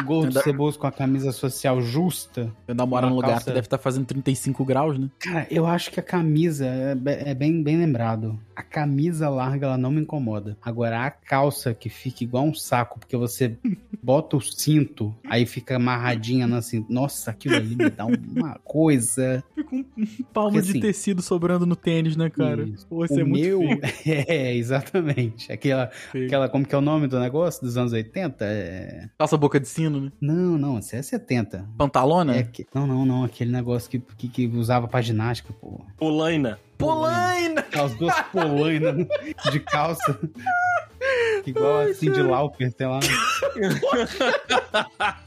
[SPEAKER 4] gordo
[SPEAKER 3] Ainda-
[SPEAKER 4] ceboso com a camisa social justa.
[SPEAKER 3] Eu namoro
[SPEAKER 4] Uma
[SPEAKER 3] num lugar
[SPEAKER 4] calça-
[SPEAKER 3] que deve estar fazendo 35 graus, né?
[SPEAKER 4] Cara, eu acho que a camisa, é be- é bem, bem lembrado, a camisa larga ela não me incomoda. Agora, a calça que fica igual um saco,
[SPEAKER 3] <laughs>
[SPEAKER 4] porque você bota o cinto, aí fica amarradinha na cinta. Nossa, aquilo ali me dá uma coisa.
[SPEAKER 3] Fica um, um palmo
[SPEAKER 4] Porque,
[SPEAKER 3] de
[SPEAKER 4] assim,
[SPEAKER 3] tecido sobrando no tênis, né, cara?
[SPEAKER 4] isso.
[SPEAKER 3] Pô, isso
[SPEAKER 4] o
[SPEAKER 3] é
[SPEAKER 4] <laughs> meu...
[SPEAKER 3] muito
[SPEAKER 4] é, exatamente. Aquela,
[SPEAKER 3] feio.
[SPEAKER 4] aquela, como que é o nome do negócio dos anos 80? É...
[SPEAKER 3] Calça boca de sino, né?
[SPEAKER 4] Não, não, isso é 70.
[SPEAKER 3] Pantalona?
[SPEAKER 2] né?
[SPEAKER 4] É que- Não, não, não. Aquele negócio que, que, que usava pra ginástica, pô.
[SPEAKER 2] Polaina.
[SPEAKER 4] <laughs>
[SPEAKER 3] Polaina!
[SPEAKER 4] As
[SPEAKER 2] <laughs>
[SPEAKER 4] duas polainas de calça. Igual a Cindy Lauper, sei lá.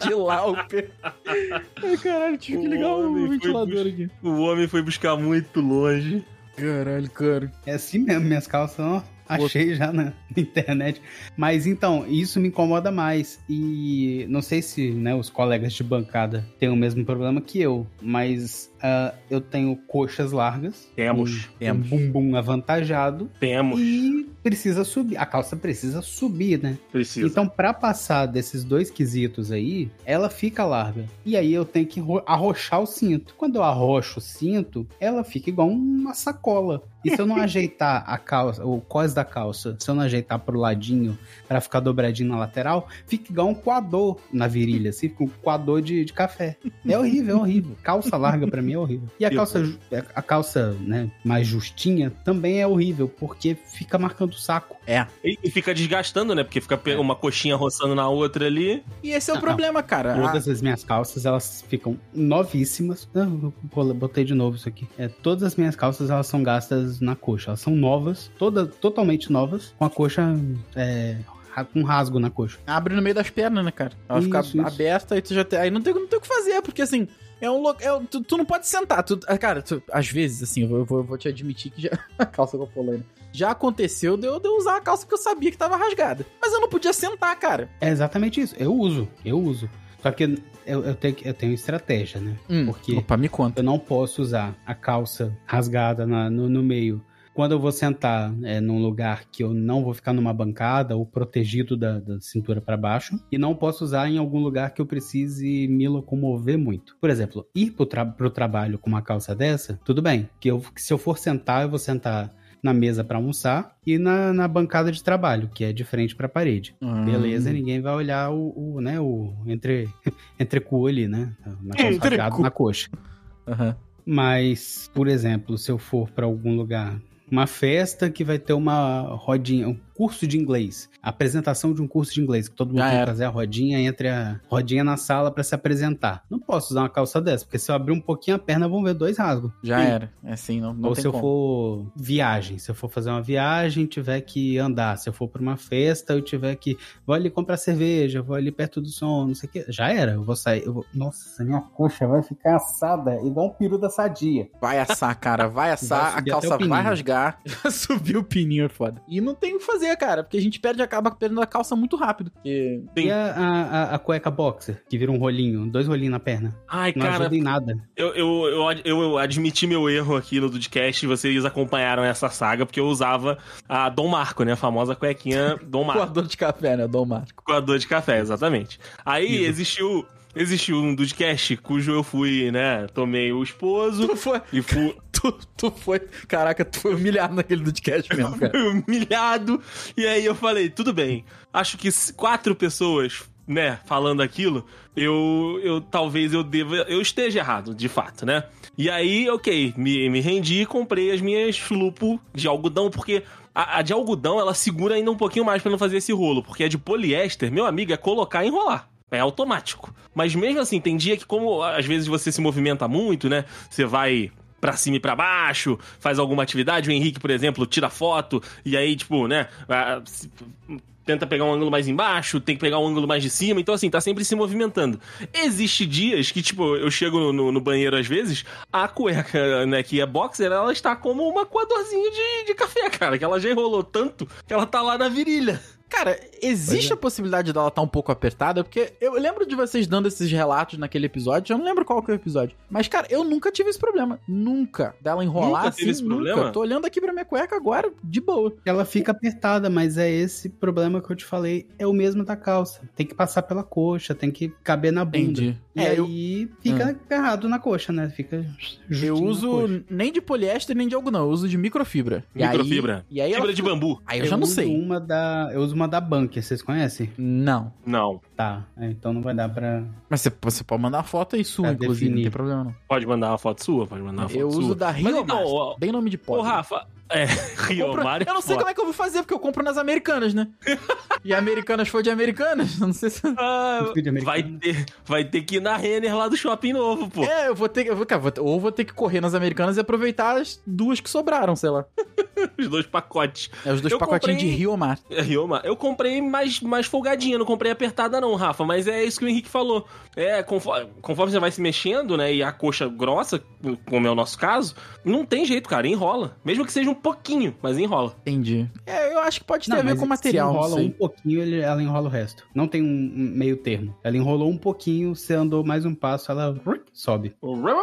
[SPEAKER 3] De Lauper. Ai, caralho, tive que ligar
[SPEAKER 2] Polaina,
[SPEAKER 3] o
[SPEAKER 2] foi
[SPEAKER 3] ventilador aqui.
[SPEAKER 2] O homem foi buscar muito longe.
[SPEAKER 3] Caralho, cara.
[SPEAKER 4] É assim mesmo, minhas calças ó, achei já na internet. Mas então, isso me incomoda mais. E não sei se né, os colegas de bancada têm o mesmo problema que eu, mas ah, eu tenho coxas largas.
[SPEAKER 2] Temos.
[SPEAKER 4] um-
[SPEAKER 3] Temos.
[SPEAKER 4] Um bumbum avantajado.
[SPEAKER 2] Temos.
[SPEAKER 4] E precisa subir. A calça precisa subir, né?
[SPEAKER 2] Precisa.
[SPEAKER 4] Então, pra passar desses dois quesitos aí, ela fica larga. E aí eu tenho que ro- arrochar o cinto. Quando eu arrocho o cinto, ela fica igual uma sacola. E se
[SPEAKER 2] <laughs>
[SPEAKER 4] eu não ajeitar a calça, o cós da calça, se eu não ajeitar pro ladinho pra ficar dobradinho na lateral, fica igual um coador na virilha, assim, fica um coador de, de café. É horrível, é horrível. Calça larga pra mim é horrível. E a
[SPEAKER 2] Eu-
[SPEAKER 4] calça, ju- a calça, né, mais justinha também é horrível, porque fica marcando o saco.
[SPEAKER 2] E e fica desgastando, né? Porque fica pe- uma coxinha roçando na outra ali.
[SPEAKER 3] E esse é o
[SPEAKER 4] Ah, Não,
[SPEAKER 3] problema, cara. A-
[SPEAKER 4] Todas as minhas calças, elas ficam novíssimas. Ah, eu colo- botei de novo isso aqui. É, todas as minhas calças, elas são gastas na coxa. Elas são novas, toda, totalmente novas, com a coxa é, ra- com rasgo na coxa.
[SPEAKER 3] abre no meio das pernas, né, cara? Ela fica
[SPEAKER 4] Isso, isso.
[SPEAKER 3] aberta e tu já tem. Aí não tem, não tem o que fazer, porque assim. É um lo- é um- tu, tu não pode sentar. Tu, ah, cara, tu- às vezes, assim, eu vou, eu vou- eu vou te admitir que já. <laughs> a calça com a polaina. Já aconteceu de eu, de eu usar a calça que eu sabia que tava rasgada. Mas eu não podia sentar, cara.
[SPEAKER 4] É exatamente isso. Eu uso, eu uso. Só que eu, eu tenho, que- eu tenho estratégia, né? Porque-
[SPEAKER 3] Opa, me conta.
[SPEAKER 4] Eu não posso usar a calça rasgada na- no, no meio. Quando eu vou sentar é, num lugar que eu não vou ficar numa bancada ou protegido da, da cintura para baixo, e não posso usar em algum lugar que eu precise me locomover muito. Por exemplo, ir pro, tra pro trabalho com uma calça dessa, tudo bem. Que, eu, que se eu for sentar, eu vou sentar na mesa para almoçar e na, na bancada de trabalho, que é de frente para a parede. <laughs>
[SPEAKER 3] Hum.
[SPEAKER 4] Beleza, ninguém vai olhar o, o, né, o entre, <laughs> entrecu ali, né? Na, calça
[SPEAKER 3] Entrecu.
[SPEAKER 4] rasgada na coxa.
[SPEAKER 3] Aham.
[SPEAKER 4] Mas, por exemplo, se eu for pra algum lugar, uma festa que vai ter uma rodinha, um curso de inglês. Apresentação de um curso de inglês, que todo mundo
[SPEAKER 3] Já
[SPEAKER 4] tem que
[SPEAKER 3] era.
[SPEAKER 4] fazer a rodinha, entre a rodinha na sala pra se apresentar. Não posso usar uma calça dessa, porque se eu abrir um pouquinho a perna, vão ver dois rasgos.
[SPEAKER 3] Já
[SPEAKER 4] E-
[SPEAKER 3] era. É assim, não, não
[SPEAKER 4] Ou
[SPEAKER 3] tem
[SPEAKER 4] se eu
[SPEAKER 3] como.
[SPEAKER 4] for viagem, se eu for fazer uma viagem, tiver que andar, se eu for pra uma festa, eu tiver que vou ali comprar cerveja, vou ali perto do som, não sei o que, já era, eu vou sair, eu vou... nossa, minha coxa vai ficar assada igual um peru da sadia.
[SPEAKER 5] Vai assar, cara, vai assar,
[SPEAKER 4] <laughs> Vai
[SPEAKER 5] a
[SPEAKER 4] subir até o
[SPEAKER 5] calça vai
[SPEAKER 4] pininho.
[SPEAKER 5] rasgar.
[SPEAKER 4] <laughs>
[SPEAKER 3] Subiu o pininho, é foda. E não tem o que fazer, cara, porque a gente perde, acaba perdendo a calça muito rápido. Porque
[SPEAKER 2] Sim.
[SPEAKER 4] E a, a, a- a cueca boxer, que vira um rolinho, dois rolinhos na perna,
[SPEAKER 2] Ai,
[SPEAKER 3] É,
[SPEAKER 4] não
[SPEAKER 2] cara,
[SPEAKER 4] ajuda em nada.
[SPEAKER 2] eu, eu, eu, ad- eu- eu admiti meu erro aqui no Dudcast e vocês acompanharam essa saga, porque eu usava a Dom Marco, né? A famosa cuequinha Dom Marco.
[SPEAKER 3] coador de café, né, Dom
[SPEAKER 4] <laughs>
[SPEAKER 3] Marco?
[SPEAKER 2] coador de café, exatamente. Aí existiu, existiu um Dudcast cujo eu fui, né? Tomei o
[SPEAKER 3] <laughs>
[SPEAKER 2] esposo
[SPEAKER 3] Tu foi,
[SPEAKER 2] e fui.
[SPEAKER 3] tu, tu foi, caraca, tu foi humilhado naquele podcast mesmo, cara.
[SPEAKER 2] fui <laughs> humilhado. E aí eu falei, tudo bem. Acho que se- quatro pessoas, né, falando aquilo, eu, eu talvez eu deva. Eu esteja errado, de fato, né? E aí, ok, me, me rendi e comprei as minhas lupo de algodão, porque. A, a de algodão, ela segura ainda um pouquinho mais pra não fazer esse rolo, porque a de poliéster, meu amigo, é colocar e enrolar. É automático. Mas mesmo assim, tem dia que, como às vezes você se movimenta muito, né? Você vai pra cima e pra baixo, faz alguma atividade. O Henrique, por exemplo, tira foto e aí, tipo, né? ah, se- Tenta pegar um ângulo mais embaixo, tem que pegar um ângulo mais de cima. Então, assim, tá sempre se movimentando. Existe dias que, tipo, eu chego no, no- no banheiro às vezes, a cueca, né, que é boxer, ela está como uma coadorzinha de, de café, cara. Que ela já enrolou tanto que ela tá lá na virilha.
[SPEAKER 3] <laughs> Cara, existe a possibilidade dela estar um pouco apertada, porque eu lembro de vocês dando esses relatos naquele episódio, eu não lembro qual que é o episódio. Mas, cara, eu nunca tive esse problema. Nunca. Dela enrolar
[SPEAKER 2] Nunca
[SPEAKER 3] assim,
[SPEAKER 2] teve esse
[SPEAKER 3] nunca.
[SPEAKER 2] problema?
[SPEAKER 3] Tô olhando aqui pra minha cueca agora, de boa.
[SPEAKER 4] Ela fica apertada, mas é esse problema que eu te falei, é o mesmo da calça, tem que passar pela coxa, tem que caber na bunda. E
[SPEAKER 3] É, eu,
[SPEAKER 4] aí fica agarrado na coxa, né? Fica
[SPEAKER 3] eu
[SPEAKER 4] justinho na
[SPEAKER 3] uso
[SPEAKER 4] coxa.
[SPEAKER 3] nem de poliéster, nem de algodão. Eu uso de microfibra. E
[SPEAKER 2] Microfibra.
[SPEAKER 3] aí- E aí, ela
[SPEAKER 2] Fibra de
[SPEAKER 3] fica-
[SPEAKER 2] bambu.
[SPEAKER 3] Aí eu, já não
[SPEAKER 4] uso
[SPEAKER 3] sei.
[SPEAKER 4] Uma da, eu uso uma da Bunker, vocês conhecem?
[SPEAKER 3] Não.
[SPEAKER 2] Não,
[SPEAKER 4] Tá, é, então não vai dar pra.
[SPEAKER 3] Mas você, você pode mandar foto aí sua,
[SPEAKER 4] Pra
[SPEAKER 3] inclusive, não tem
[SPEAKER 4] definir.
[SPEAKER 3] problema não.
[SPEAKER 2] pode mandar uma foto sua, pode mandar uma foto
[SPEAKER 3] eu
[SPEAKER 2] sua.
[SPEAKER 3] uso da Rio
[SPEAKER 2] então, ó,
[SPEAKER 3] Bem nome de né?
[SPEAKER 2] Ô,
[SPEAKER 3] pobre.
[SPEAKER 2] Rafa. É, <laughs> Rio
[SPEAKER 3] Compro-
[SPEAKER 2] Mar é
[SPEAKER 3] Eu não sei
[SPEAKER 2] foda.
[SPEAKER 3] como é que eu vou fazer, porque eu compro nas americanas, <laughs> né? e americanas foi de americanas? <laughs> eu Não sei se.
[SPEAKER 2] Ah,
[SPEAKER 4] Filho de
[SPEAKER 2] Vai
[SPEAKER 4] americano.
[SPEAKER 2] ter, vai ter que ir na Renner lá do shopping novo, pô.
[SPEAKER 3] É, eu vou ter que. eu vou- cara, vou ter- ou vou ter que correr nas americanas e aproveitar as duas que sobraram, sei lá.
[SPEAKER 2] Os dois pacotes.
[SPEAKER 3] É os dois
[SPEAKER 2] Eu
[SPEAKER 3] pacotinhos
[SPEAKER 2] comprei-
[SPEAKER 3] de Rio Mar.
[SPEAKER 2] É, Rioma, eu comprei mais, mais folgadinha, não comprei apertada, não, Rafa. Mas é isso que o Henrique falou. É, conforme, conforme você vai se mexendo, né? E a coxa grossa, como é o nosso caso, não tem jeito, cara. Enrola. Mesmo que seja um pouquinho, mas enrola.
[SPEAKER 3] Entendi. É, eu acho que pode ter
[SPEAKER 4] Não,
[SPEAKER 3] a ver
[SPEAKER 4] mas
[SPEAKER 3] com material.
[SPEAKER 4] Se
[SPEAKER 3] não
[SPEAKER 4] enrola
[SPEAKER 3] sei.
[SPEAKER 4] um pouquinho, ele- ela enrola o resto. Não tem um um meio termo. Ela enrolou um pouquinho, você andou mais um passo, ela ruic, sobe.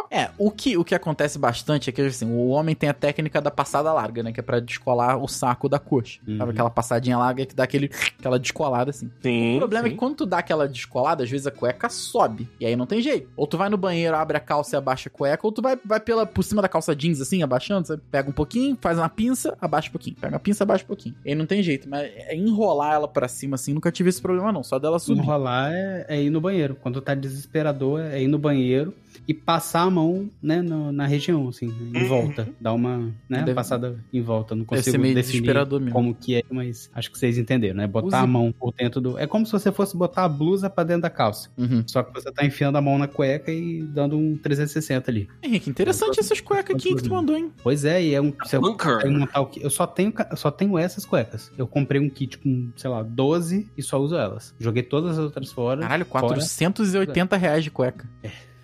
[SPEAKER 3] É, o que, o que acontece bastante é que assim, o homem tem a técnica da passada larga, né? Que é pra descolar o saco da coxa.
[SPEAKER 4] Uhum.
[SPEAKER 3] Sabe aquela passadinha larga que dá aquele, aquela descolada assim.
[SPEAKER 2] Sim.
[SPEAKER 3] O problema é que
[SPEAKER 2] sim.
[SPEAKER 3] quando tu dá aquela descolada, às vezes a cueca sobe. E aí não tem jeito. Ou tu vai no banheiro, abre a calça e abaixa a cueca, ou tu vai, vai pela, por cima da calça jeans, assim, abaixando, sabe? Pega um pouquinho, faz uma pinça, abaixa um pouquinho. Pega uma pinça, abaixa um pouquinho. E aí não tem jeito. Mas é enrolar ela pra cima, assim, nunca tive esse problema, não. Só dela subir.
[SPEAKER 4] Enrolar é, é ir no banheiro. Quando tá desesperador, é ir no banheiro e passar a mão, né, no- na região, assim, né, em volta. Dar uma, né,
[SPEAKER 3] Deve-
[SPEAKER 4] passada em volta. Não
[SPEAKER 3] Deve
[SPEAKER 4] consigo
[SPEAKER 3] ser meio
[SPEAKER 4] definir
[SPEAKER 3] desesperador mesmo.
[SPEAKER 4] como que é, mas acho que vocês entenderam, né? Botar
[SPEAKER 3] Usa-
[SPEAKER 4] a mão por dentro do... É como se você fosse botar a blusa pra dentro da calça.
[SPEAKER 3] Uhum.
[SPEAKER 4] Só que você tá enfiando a mão na cueca e dando um 360 ali.
[SPEAKER 3] Henrique, interessante essas cuecas aqui que tu mandou, hein?
[SPEAKER 4] Pois é, e é um. Se eu,
[SPEAKER 2] Bunker. <laughs>
[SPEAKER 4] eu montar o ki- eu só tenho, ca- eu só tenho essas cuecas. Eu comprei um kit com, sei lá, 12 e só uso elas. Joguei todas as outras fora.
[SPEAKER 3] Caralho, 480 reais de cueca.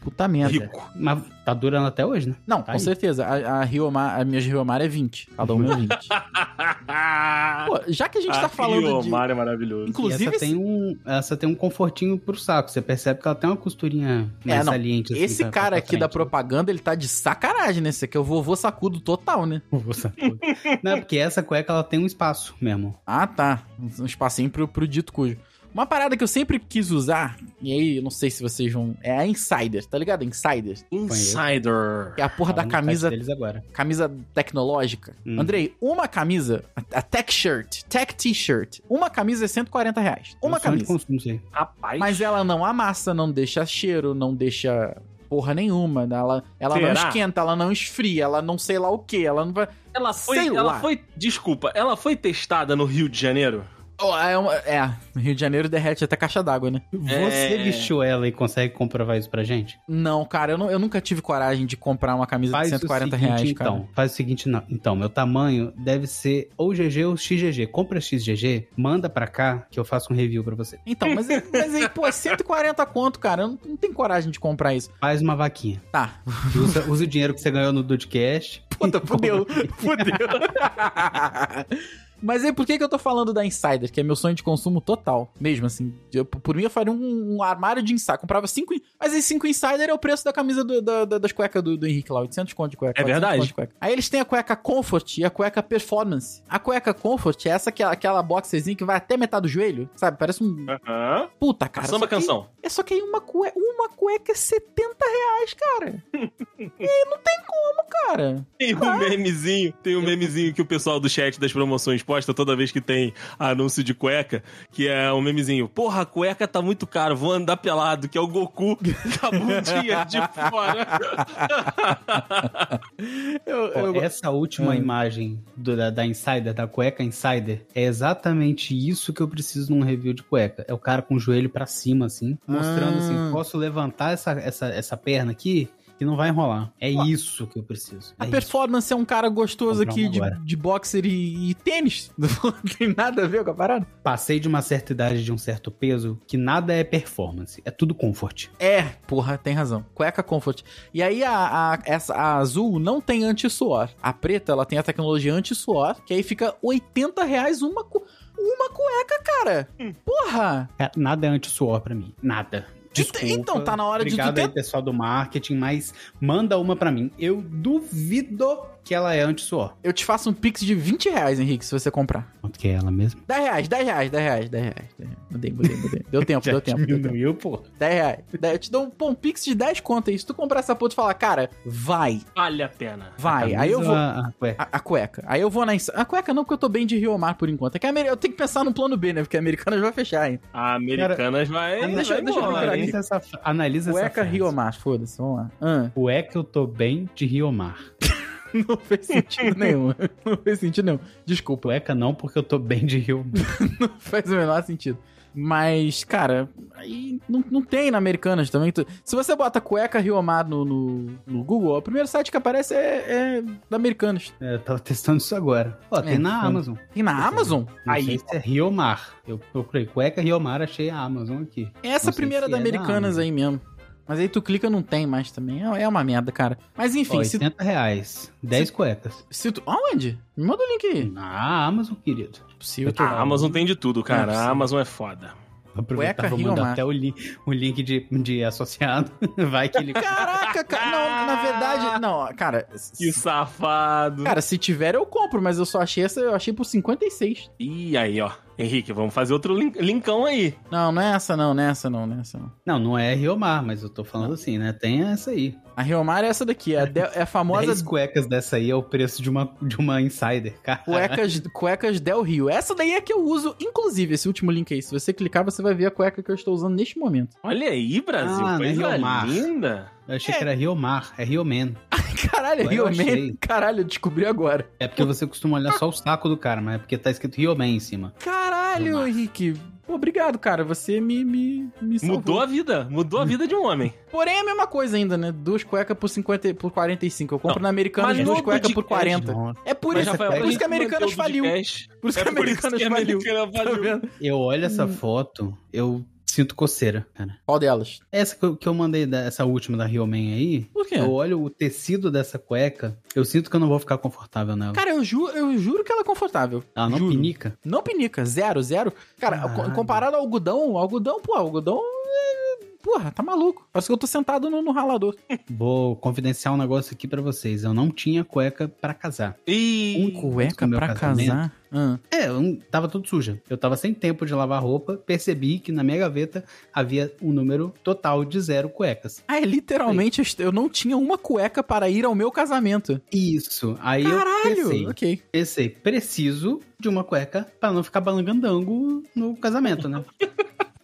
[SPEAKER 3] Puta merda.
[SPEAKER 2] Rico.
[SPEAKER 4] Mas tá durando até hoje, né?
[SPEAKER 3] Não,
[SPEAKER 4] Tá
[SPEAKER 3] com
[SPEAKER 4] aí.
[SPEAKER 3] certeza. A, a Riomar, as minhas Riomar é 20. Cada uma é 20. Pô, já que a gente tá falando de...
[SPEAKER 2] Riomar é maravilhoso.
[SPEAKER 3] Inclusive,
[SPEAKER 4] e essa tem, um, essa tem um confortinho pro saco. Você percebe que ela tem uma costurinha mais
[SPEAKER 3] É, não.
[SPEAKER 4] saliente. assim,
[SPEAKER 3] Esse
[SPEAKER 4] pra-
[SPEAKER 3] cara
[SPEAKER 4] pra
[SPEAKER 3] aqui da
[SPEAKER 4] frente.
[SPEAKER 3] propaganda, ele tá de sacanagem, né? Esse aqui é o vovô sacudo total, né?
[SPEAKER 4] Vou sacudir. <laughs> não, é porque essa cueca ela tem um espaço mesmo.
[SPEAKER 3] Ah, tá. Um espacinho pro, pro dito cujo. Uma parada que eu sempre quis usar, e aí eu não sei se vocês vão. É a Insider, tá ligado? Insider.
[SPEAKER 2] Insider.
[SPEAKER 3] Que é a porra
[SPEAKER 4] Tava
[SPEAKER 3] da
[SPEAKER 4] no
[SPEAKER 3] camisa
[SPEAKER 4] site deles agora.
[SPEAKER 3] camisa tecnológica.
[SPEAKER 4] Ah, Hum.
[SPEAKER 3] Andrei, uma camisa, a, a tech shirt, tech t-shirt, uma camisa é 140 reais. Uma
[SPEAKER 4] Eu sou de
[SPEAKER 3] camisa.
[SPEAKER 4] consumo, isso aí.
[SPEAKER 2] Rapaz.
[SPEAKER 3] Mas é, ela não amassa, não deixa cheiro, não deixa porra nenhuma. né? Ela, ela não
[SPEAKER 2] Será?
[SPEAKER 3] esquenta, ela não esfria, ela não sei lá o que, ela não vai.
[SPEAKER 2] Ela foi,
[SPEAKER 3] Sei
[SPEAKER 2] ela
[SPEAKER 3] lá.
[SPEAKER 2] foi, desculpa, ela foi testada no Rio de Janeiro?
[SPEAKER 3] Ó, é, uma- é, no Rio de Janeiro derrete até caixa d'água, né?
[SPEAKER 4] Você
[SPEAKER 2] É.
[SPEAKER 4] vestiu ela e consegue comprovar isso pra gente?
[SPEAKER 3] Não, cara, eu, não- eu nunca tive coragem de comprar uma camisa
[SPEAKER 4] Faz
[SPEAKER 3] de
[SPEAKER 4] o
[SPEAKER 3] 140
[SPEAKER 4] seguinte,
[SPEAKER 3] reais, cara.
[SPEAKER 4] então. Faz o seguinte, não. Então, meu tamanho deve ser ou GG ou XGG. Compra XGG, manda pra cá que eu faço um review pra você.
[SPEAKER 3] Então, mas, é- mas aí, pô, é 140 conto, cara. Eu não, não tenho coragem de comprar isso.
[SPEAKER 4] Faz uma vaquinha.
[SPEAKER 3] Tá.
[SPEAKER 4] E Usa, usa o dinheiro que você ganhou no Dudcast.
[SPEAKER 3] <laughs> Puta, fudeu. Fudeu. assim? Mas aí, por que, que eu tô falando da Insider, que é meu sonho de consumo total? Mesmo assim, eu- por mim eu faria um, um armário de Insider. Comprava cinco. in- Mas aí, cinco Insider é o preço da camisa do- da- da- das cuecas do, do Henrique lá, 800 conto de cueca.
[SPEAKER 2] É
[SPEAKER 3] 400
[SPEAKER 2] verdade.
[SPEAKER 3] conto de cueca. Aí eles têm a cueca Comfort e a cueca Performance. A cueca Comfort é essa, que aquela boxerzinha que vai até metade do joelho, sabe? Parece um.
[SPEAKER 2] Aham.
[SPEAKER 3] Puta, cara.
[SPEAKER 2] Samba
[SPEAKER 3] só que-
[SPEAKER 2] canção.
[SPEAKER 3] É só que aí uma, cue... uma cueca é 70 reais, <laughs> cara. e aí não tem como, cara.
[SPEAKER 2] Tem um memezinho, tem um memezinho que o pessoal do chat das promoções posta toda vez que tem anúncio de cueca, que é um memezinho, porra, a cueca tá muito caro, vou andar pelado, que é o Goku <laughs> da bundinha de fora.
[SPEAKER 3] Eu,
[SPEAKER 4] Ó, essa última
[SPEAKER 3] Ah.
[SPEAKER 4] imagem do- da, da Insider, da cueca Insider, é exatamente isso que eu preciso num review de cueca. É o cara com o joelho pra cima, assim, mostrando
[SPEAKER 3] Ah.
[SPEAKER 4] assim, posso levantar essa, essa, essa perna aqui que não vai enrolar. É
[SPEAKER 3] Ó.
[SPEAKER 4] isso que eu preciso.
[SPEAKER 3] A
[SPEAKER 4] É isso.
[SPEAKER 3] performance é um cara gostoso
[SPEAKER 4] Comprar
[SPEAKER 3] aqui
[SPEAKER 4] uma
[SPEAKER 3] de,
[SPEAKER 4] agora.
[SPEAKER 3] de boxer e, e tênis. <laughs> Não tem nada a ver com a parada.
[SPEAKER 4] Passei de uma certa idade, de um certo peso, que nada é performance, é tudo comfort.
[SPEAKER 3] É, porra, tem razão. Cueca Comfort. E aí a, a- essa, a azul não tem anti-suor. A preta, ela tem a tecnologia anti-suor, que aí fica 80 reais uma, cu- uma cueca, cara. Porra!
[SPEAKER 4] Cara, Nada é anti-suor pra mim, nada. Desculpa.
[SPEAKER 3] Então, tá na hora de tu
[SPEAKER 4] Obrigado
[SPEAKER 3] ter-
[SPEAKER 4] aí, pessoal do marketing, mas manda uma pra mim. Eu duvido que ela é anti-suor.
[SPEAKER 3] Eu te faço um pix de 20 reais, Henrique, se você comprar.
[SPEAKER 4] Quanto que é ela mesmo?
[SPEAKER 3] 10 reais, 10 reais, 10 reais, 10 reais. 10 reais. Mudei, mudei, mudei.
[SPEAKER 4] <laughs>
[SPEAKER 3] Deu tempo, deu tempo. Deu tempo.
[SPEAKER 4] Diminuiu, pô.
[SPEAKER 3] 10 reais. Dez- Eu te dou um, pô, um pix de 10 contas aí. Se tu comprar essa porra, tu fala, cara, vai,
[SPEAKER 2] Vale a pena.
[SPEAKER 3] vai. Aí eu
[SPEAKER 4] Camisa,
[SPEAKER 3] vou. A,
[SPEAKER 4] ah, ué.
[SPEAKER 3] a cueca. Aí eu vou na. ins- A cueca não, porque eu tô bem de Rio Mar por enquanto. É que a Ameri- eu tenho que pensar no plano B, né? Porque a Americanas vai fechar, hein?
[SPEAKER 2] A Americanas vai.
[SPEAKER 3] Ah, deixa-
[SPEAKER 2] vai
[SPEAKER 3] deixa
[SPEAKER 2] embora,
[SPEAKER 3] eu procurar
[SPEAKER 2] hein?
[SPEAKER 3] aqui.
[SPEAKER 4] Analisa essa, fra- analisa essa
[SPEAKER 3] Cueca
[SPEAKER 4] frase.
[SPEAKER 3] Rio Mar, foda-se, vamos lá. Ah,
[SPEAKER 4] Cueca eu tô bem de Riomar.
[SPEAKER 3] <laughs> não fez sentido nenhum. <laughs> Não fez sentido nenhum. Desculpa.
[SPEAKER 4] Cueca não, porque eu tô bem de Riomar.
[SPEAKER 3] faz o menor sentido. Mas, cara, aí não, não tem na Americanas também. Tu- Se você bota cueca Riomar no, no, no Google, o primeiro site que aparece é, é da Americanas.
[SPEAKER 4] É, eu tava testando isso agora. Ó, tem
[SPEAKER 3] É,
[SPEAKER 4] na
[SPEAKER 3] foda.
[SPEAKER 4] Amazon.
[SPEAKER 3] Tem na
[SPEAKER 4] Perfeito.
[SPEAKER 3] Amazon?
[SPEAKER 4] Não
[SPEAKER 3] Aí.
[SPEAKER 4] sei se é Riomar. Eu procurei cueca Riomar, achei a Amazon aqui.
[SPEAKER 3] Essa
[SPEAKER 4] Não sei
[SPEAKER 3] primeira
[SPEAKER 4] se
[SPEAKER 3] da
[SPEAKER 4] é da
[SPEAKER 3] Americanas
[SPEAKER 4] Amazon.
[SPEAKER 3] aí mesmo. Mas aí tu clica não tem mais também. É é uma merda, cara. Mas enfim,
[SPEAKER 4] Ó,
[SPEAKER 3] se,
[SPEAKER 4] 80 reais. 10 cuecas.
[SPEAKER 3] se tu. Aonde? Me manda o link aí.
[SPEAKER 4] Na Amazon, querido.
[SPEAKER 3] Possível.
[SPEAKER 2] A Amazon tem de tudo,
[SPEAKER 3] Não
[SPEAKER 2] cara.
[SPEAKER 3] é
[SPEAKER 2] A
[SPEAKER 3] possível.
[SPEAKER 2] Amazon é foda.
[SPEAKER 4] Vou aproveitar,
[SPEAKER 3] Cueca
[SPEAKER 4] vou mandar
[SPEAKER 3] Riomar.
[SPEAKER 4] até o, li o link de, de associado. <laughs>
[SPEAKER 3] <laughs>
[SPEAKER 4] Vai que ele...
[SPEAKER 3] Caraca, cara. Não, na verdade. Não, cara.
[SPEAKER 2] Que safado.
[SPEAKER 3] Cara, se tiver eu compro, mas eu só achei essa, eu achei por 56.
[SPEAKER 2] E aí, ó. Henrique, vamos fazer outro lin- linkão aí.
[SPEAKER 3] Não, não é essa não, não é essa não, não é essa não.
[SPEAKER 4] Não, não é Riomar, mas eu tô falando assim, né? Tem essa aí.
[SPEAKER 3] A Riomar é essa daqui, é a, de- é a
[SPEAKER 2] <laughs>
[SPEAKER 4] 10
[SPEAKER 3] famosa
[SPEAKER 4] cuecas dessa aí é o preço de uma, de uma insider, cara.
[SPEAKER 3] cuecas, cuecas Del Rio. Essa daí é que eu uso, inclusive, esse último link aí. Se você clicar, você vai ver a cueca que eu estou usando neste momento.
[SPEAKER 2] Olha aí, Brasil.
[SPEAKER 4] Ah,
[SPEAKER 2] coisa
[SPEAKER 4] né, Riomar.
[SPEAKER 2] linda.
[SPEAKER 4] Eu achei que era Riomar, é Rioman.
[SPEAKER 3] Caralho,
[SPEAKER 4] Agora eu achei.
[SPEAKER 3] Rioman, caralho, eu descobri agora.
[SPEAKER 4] É porque você costuma
[SPEAKER 3] Ah.
[SPEAKER 4] olhar só o saco do cara, mas é porque tá escrito Rioman em cima.
[SPEAKER 3] Caralho,
[SPEAKER 4] Riomar.
[SPEAKER 3] Henrique. Pô, Obrigado, cara. Você me, me, me salvou.
[SPEAKER 2] Mudou a vida. Mudou a vida de um homem.
[SPEAKER 3] Porém, é a mesma coisa ainda, né? Duas cuecas por, 50, por 45. Eu compro
[SPEAKER 2] Não,
[SPEAKER 3] na Americanas
[SPEAKER 2] mas
[SPEAKER 3] duas
[SPEAKER 2] no
[SPEAKER 3] cuecas por
[SPEAKER 2] podcast,
[SPEAKER 3] 40. É por
[SPEAKER 2] Mas,
[SPEAKER 3] isso,
[SPEAKER 2] Rafael,
[SPEAKER 3] é
[SPEAKER 2] pra
[SPEAKER 3] por isso
[SPEAKER 2] gente
[SPEAKER 3] que a Americanas
[SPEAKER 2] manter o
[SPEAKER 3] faliu.
[SPEAKER 2] podcast,
[SPEAKER 3] Por isso
[SPEAKER 2] É
[SPEAKER 3] <laughs> que a
[SPEAKER 2] por isso
[SPEAKER 3] Americanas
[SPEAKER 2] que a
[SPEAKER 3] faliu.
[SPEAKER 2] Americanas
[SPEAKER 3] Tá
[SPEAKER 2] faliu.
[SPEAKER 3] vendo?
[SPEAKER 4] Eu olho essa
[SPEAKER 3] Hum.
[SPEAKER 4] foto, eu sinto coceira, cara.
[SPEAKER 3] Qual delas?
[SPEAKER 4] Essa que eu, que eu mandei, da- essa última da Rioman aí,
[SPEAKER 3] Por quê?
[SPEAKER 4] eu olho o tecido dessa cueca, eu sinto que eu não vou ficar confortável nela.
[SPEAKER 3] Cara, eu, ju eu juro que ela é confortável.
[SPEAKER 4] Ela não
[SPEAKER 3] juro.
[SPEAKER 4] pinica.
[SPEAKER 3] Não pinica, zero, zero. Cara,
[SPEAKER 4] Caralho.
[SPEAKER 3] co- comparado ao algodão, algodão, pô, algodão. é- Porra, tá maluco. Parece que eu tô sentado no, no ralador.
[SPEAKER 4] Vou confidenciar um negócio aqui pra vocês. Eu não tinha cueca pra casar.
[SPEAKER 2] E...
[SPEAKER 4] Um cueca pra casar?
[SPEAKER 3] Ah.
[SPEAKER 4] É, eu não- tava tudo suja. Eu tava sem tempo de lavar roupa, percebi que na minha gaveta havia um número total de zero cuecas.
[SPEAKER 3] Ah, é literalmente, eu est- eu não tinha uma cueca para ir ao meu casamento.
[SPEAKER 4] Isso. Aí eu pensei,
[SPEAKER 3] Caralho! Ok.
[SPEAKER 4] pensei, preciso de uma cueca pra não ficar balangandango no casamento, né?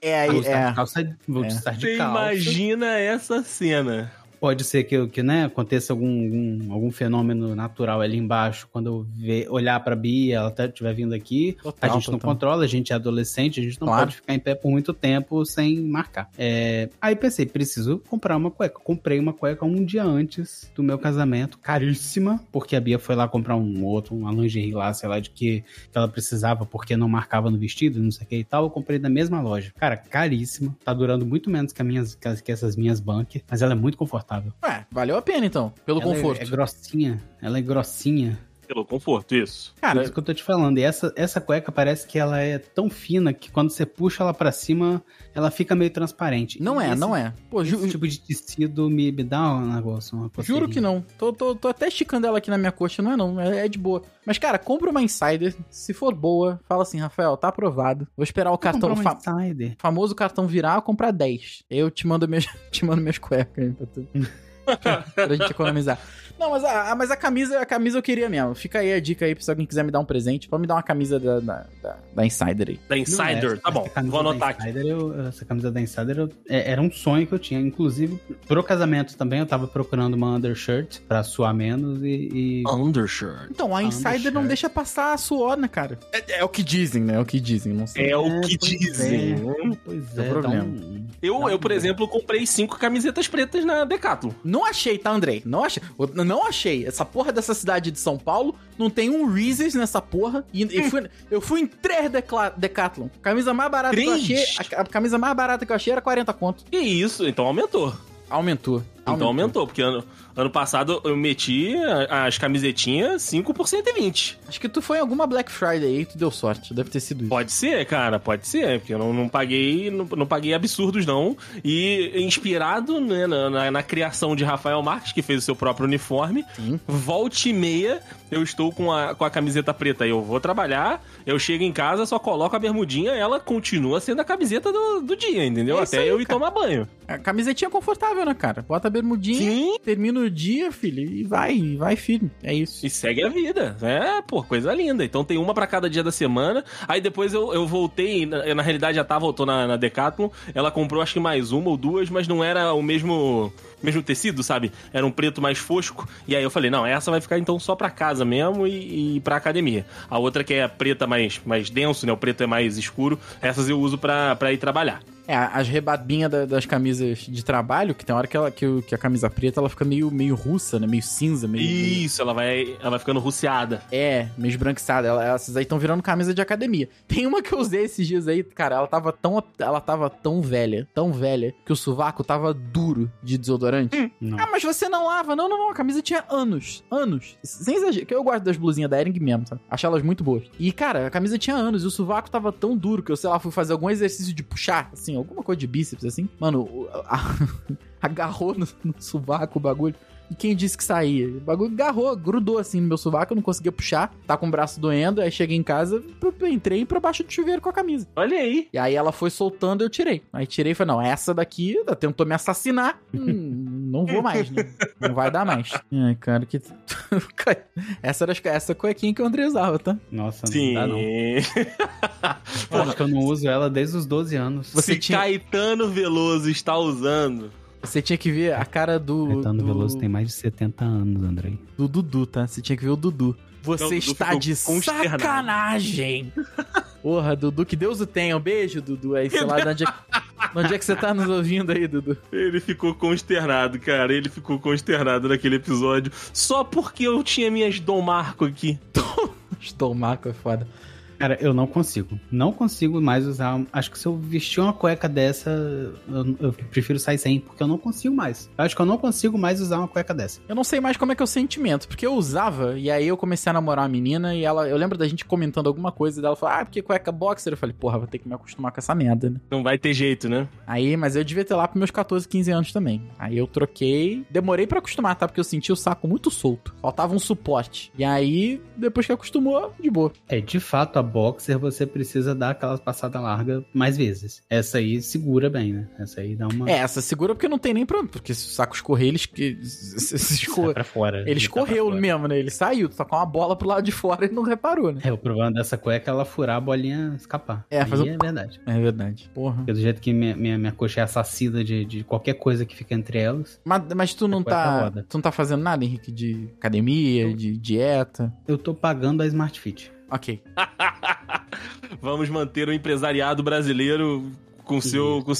[SPEAKER 3] É,
[SPEAKER 4] vou
[SPEAKER 3] aí,
[SPEAKER 4] estar
[SPEAKER 3] é.
[SPEAKER 4] de calça, vou
[SPEAKER 3] É.
[SPEAKER 4] estar de
[SPEAKER 2] Você
[SPEAKER 4] calça.
[SPEAKER 2] imagina essa cena.
[SPEAKER 4] pode ser que, que né, aconteça algum, algum, algum fenômeno natural ali embaixo. Quando eu ver, olhar pra Bia, ela tá, tiver vindo aqui,
[SPEAKER 3] Total,
[SPEAKER 4] a gente não
[SPEAKER 3] total.
[SPEAKER 4] controla, a gente é adolescente, a gente não
[SPEAKER 3] Claro.
[SPEAKER 4] pode ficar em pé por muito tempo sem marcar. É, aí pensei, preciso comprar uma cueca. Comprei uma cueca um dia antes do meu casamento, caríssima, porque a Bia foi lá comprar um outro, uma lingerie lá, sei lá, de que que ela precisava porque não marcava no vestido, não sei o que e tal, eu comprei da mesma loja. Cara, caríssima. Tá durando muito menos que, a minhas, que as- que essas minhas bunker, mas ela é muito confortável.
[SPEAKER 3] Ué, valeu a pena então, pelo
[SPEAKER 4] Ela é-
[SPEAKER 3] conforto.
[SPEAKER 4] É, grossinha. Ela é grossinha.
[SPEAKER 2] Pelo conforto, isso.
[SPEAKER 4] Cara,
[SPEAKER 3] Cara,
[SPEAKER 4] isso que eu tô te falando. E essa, essa cueca parece que ela é tão fina que quando você puxa ela pra cima, ela fica meio transparente.
[SPEAKER 3] não
[SPEAKER 4] E
[SPEAKER 3] é,
[SPEAKER 4] esse-
[SPEAKER 3] não é. Pô, ju-
[SPEAKER 4] Esse tipo de tecido me, me dá um negócio, uma
[SPEAKER 3] Juro que
[SPEAKER 4] coceirinha.
[SPEAKER 3] não. Tô, tô, tô até esticando ela aqui na minha coxa, não é não, é, é de boa. Mas, cara, compra uma Insider, se for boa, fala assim, Rafael, tá aprovado. Vou esperar o
[SPEAKER 4] Vou comprar
[SPEAKER 3] cartão,
[SPEAKER 4] um
[SPEAKER 3] fa-
[SPEAKER 4] insider.
[SPEAKER 3] famoso cartão virar, eu comprar 10. Eu te mando minhas, <laughs> te mando minhas cuecas aí pra
[SPEAKER 4] <laughs>
[SPEAKER 3] tu. pra gente economizar. Não, mas a, a- mas a camisa, a camisa eu queria mesmo. Fica aí a dica aí pra se alguém quiser me dar um presente. Pode me dar uma camisa da, da, da- da Insider aí.
[SPEAKER 2] Da Insider.
[SPEAKER 4] Não, essa-
[SPEAKER 2] tá bom,
[SPEAKER 4] essa camisa
[SPEAKER 2] vou
[SPEAKER 4] da
[SPEAKER 2] anotar aqui.
[SPEAKER 4] Insider, eu- essa camisa da Insider eu- é- era um sonho que eu tinha. Inclusive, pro casamento também, eu tava procurando uma undershirt pra suar menos e. e-
[SPEAKER 2] Undershirt.
[SPEAKER 3] Então, a Insider não
[SPEAKER 4] Undershirt.
[SPEAKER 3] deixa passar a suor, né, cara? É, é o que dizem, né? É o que dizem, não sei.
[SPEAKER 2] É o que
[SPEAKER 4] pois
[SPEAKER 2] dizem. né?
[SPEAKER 4] é, Pois
[SPEAKER 3] É o
[SPEAKER 4] é, dá
[SPEAKER 3] problema.
[SPEAKER 4] um-
[SPEAKER 2] Eu, eu, por exemplo, comprei cinco camisetas pretas na Decathlon.
[SPEAKER 3] Não achei, tá, Andrei? Não achei. Eu Não achei. Essa porra dessa cidade de São Paulo não tem um Reese's nessa porra. E e fui- eu fui em três decla- Decathlon. Camisa mais barata que eu achei.
[SPEAKER 2] Três?
[SPEAKER 3] A, a camisa mais barata que eu achei era 40 conto.
[SPEAKER 2] E isso, então aumentou.
[SPEAKER 3] Aumentou.
[SPEAKER 2] Então aumentou, porque ano, ano passado eu meti a- as camisetinhas 5 por 120.
[SPEAKER 3] Acho que tu foi em alguma Black Friday aí, tu deu sorte. Deve ter sido isso.
[SPEAKER 2] Pode ser, cara, pode ser, porque eu não, não paguei não, não paguei absurdos, não. E inspirado né, na, na- na criação de Rafael Marques, que fez o seu próprio uniforme,
[SPEAKER 3] Sim.
[SPEAKER 2] volte e meia eu estou com a, com a camiseta preta. Eu vou trabalhar, eu chego em casa, só coloco a bermudinha, ela continua sendo a camiseta do, do dia, entendeu?
[SPEAKER 3] É isso
[SPEAKER 2] Até
[SPEAKER 3] aí,
[SPEAKER 2] eu ir
[SPEAKER 3] cara.
[SPEAKER 2] tomar banho.
[SPEAKER 3] A camisetinha é confortável, né, cara? Bota a bermudinha,
[SPEAKER 2] Sim,
[SPEAKER 3] termina o dia, filho, e vai, e vai firme. É isso.
[SPEAKER 2] E segue a vida. É, pô, coisa linda. Então tem uma pra cada dia da semana. Aí depois eu, eu voltei, na, eu, na realidade já tá, voltou na, na Decathlon. Ela comprou acho que mais uma ou duas, mas não era o mesmo mesmo tecido, sabe? Era um preto mais fosco. E aí eu falei, não, essa vai ficar então só pra casa mesmo e, e pra academia. A outra que é preta mais, mais denso, né? O preto é mais escuro. Essas eu uso pra, pra ir trabalhar.
[SPEAKER 3] É, as rebabinhas da- das camisas de trabalho, que tem hora que, ela, que, o- que a camisa preta ela fica meio, meio russa, né? Meio cinza, meio. meio-
[SPEAKER 2] Isso, ela vai, ela vai ficando russeada.
[SPEAKER 3] É, meio esbranquiçada. Ela, essas aí estão virando camisa de academia. <laughs> Tem uma que eu usei esses dias aí, cara. Ela tava tão, ela tava tão velha, tão velha, que o sovaco tava duro de desodorante.
[SPEAKER 4] Não.
[SPEAKER 3] Ah, mas você não lava. Não, não, não. A camisa tinha anos. Anos. Sem exagero. Que eu gosto das blusinhas da Ering mesmo, sabe? Acho elas muito boas. E, cara, a camisa tinha anos. E o sovaco tava tão duro que eu, sei lá, fui fazer algum exercício de puxar, assim, alguma coisa de bíceps, assim. Mano, o- a- <laughs> agarrou no, no sovaco o bagulho. E quem disse que saía? O bagulho agarrou, grudou assim no meu sovaco, eu não conseguia puxar. Tá com o braço doendo. Aí cheguei em casa, p- p- entrei pra baixo do chuveiro com a camisa.
[SPEAKER 2] Olha aí.
[SPEAKER 3] E aí ela foi soltando, eu tirei. Aí tirei e falei, não, essa daqui ela tentou me assassinar. Hum, não vou mais, né? Não vai dar mais. Ai, cara, que... <laughs> essa era as- essa cuequinha que o André usava, tá?
[SPEAKER 4] Nossa,
[SPEAKER 2] Sim.
[SPEAKER 4] não dá não. Eu acho que eu não uso ela desde os 12 anos.
[SPEAKER 3] Você
[SPEAKER 2] Se
[SPEAKER 3] tinha-
[SPEAKER 2] Caetano Veloso está usando.
[SPEAKER 3] Você tinha que ver a cara do...
[SPEAKER 4] Caetano
[SPEAKER 3] do,
[SPEAKER 4] Veloso tem mais de 70 anos, Andrei.
[SPEAKER 3] do Dudu, tá? Você tinha que ver o Dudu. Você
[SPEAKER 2] Não, o Dudu
[SPEAKER 3] está
[SPEAKER 2] ficou
[SPEAKER 3] de
[SPEAKER 2] consternado. <laughs>
[SPEAKER 3] sacanagem! Porra, Dudu, que Deus o tenha. Um beijo, Dudu. Aí, sei lá, de onde, é, de onde é que você tá nos ouvindo aí, Dudu?
[SPEAKER 2] Ele ficou consternado, cara. Ele ficou consternado naquele episódio. Só porque eu tinha minhas Dom Marco aqui.
[SPEAKER 3] Estomaco é foda.
[SPEAKER 4] Cara, eu não consigo. Não consigo mais usar. um- Acho que se eu vestir uma cueca dessa, eu, eu prefiro sair sem, porque eu não consigo mais. Eu acho que eu não consigo mais usar uma cueca dessa.
[SPEAKER 3] Eu não sei mais como é que é o sentimento, porque eu usava, e aí eu comecei a namorar uma menina, e ela, eu lembro da gente comentando alguma coisa, e dela falou, ah, porque cueca boxer? Eu falei, porra, vou ter que me acostumar com essa merda, né?
[SPEAKER 2] Não vai ter jeito, né?
[SPEAKER 3] Aí, mas eu devia ter lá pros meus 14, 15 anos também. Aí eu troquei. Demorei pra acostumar, tá? Porque eu senti o saco muito solto. Faltava um suporte. E aí, depois que acostumou, de boa.
[SPEAKER 4] É, de fato, a boxer, você precisa dar aquela passada larga mais vezes. Essa aí segura bem, né? Essa aí dá uma.
[SPEAKER 3] É, essa segura porque não tem nem problema. Porque se o saco escorrer, ele. esque- <laughs> se- se escorre-
[SPEAKER 4] Sai pra fora.
[SPEAKER 3] Ele tá escorreu
[SPEAKER 4] mesmo.
[SPEAKER 3] mesmo, né? Ele saiu, tocou uma bola pro lado de fora e não reparou, né?
[SPEAKER 4] É, o problema dessa cueca é ela furar a bolinha escapar.
[SPEAKER 3] É,
[SPEAKER 4] Aí
[SPEAKER 3] fazer um-
[SPEAKER 4] é verdade.
[SPEAKER 3] É verdade. Porra.
[SPEAKER 4] Porque do jeito que minha, minha, minha coxa é assassina de, de qualquer coisa que fica entre elas,
[SPEAKER 3] Mas, mas tu não
[SPEAKER 4] Agora tá
[SPEAKER 3] tá.
[SPEAKER 4] moda.
[SPEAKER 3] Tu não tá fazendo nada, Henrique, de academia, de dieta.
[SPEAKER 4] eu tô pagando a Smart Fit.
[SPEAKER 3] Ok.
[SPEAKER 2] Vamos manter o empresariado brasileiro com seu, com,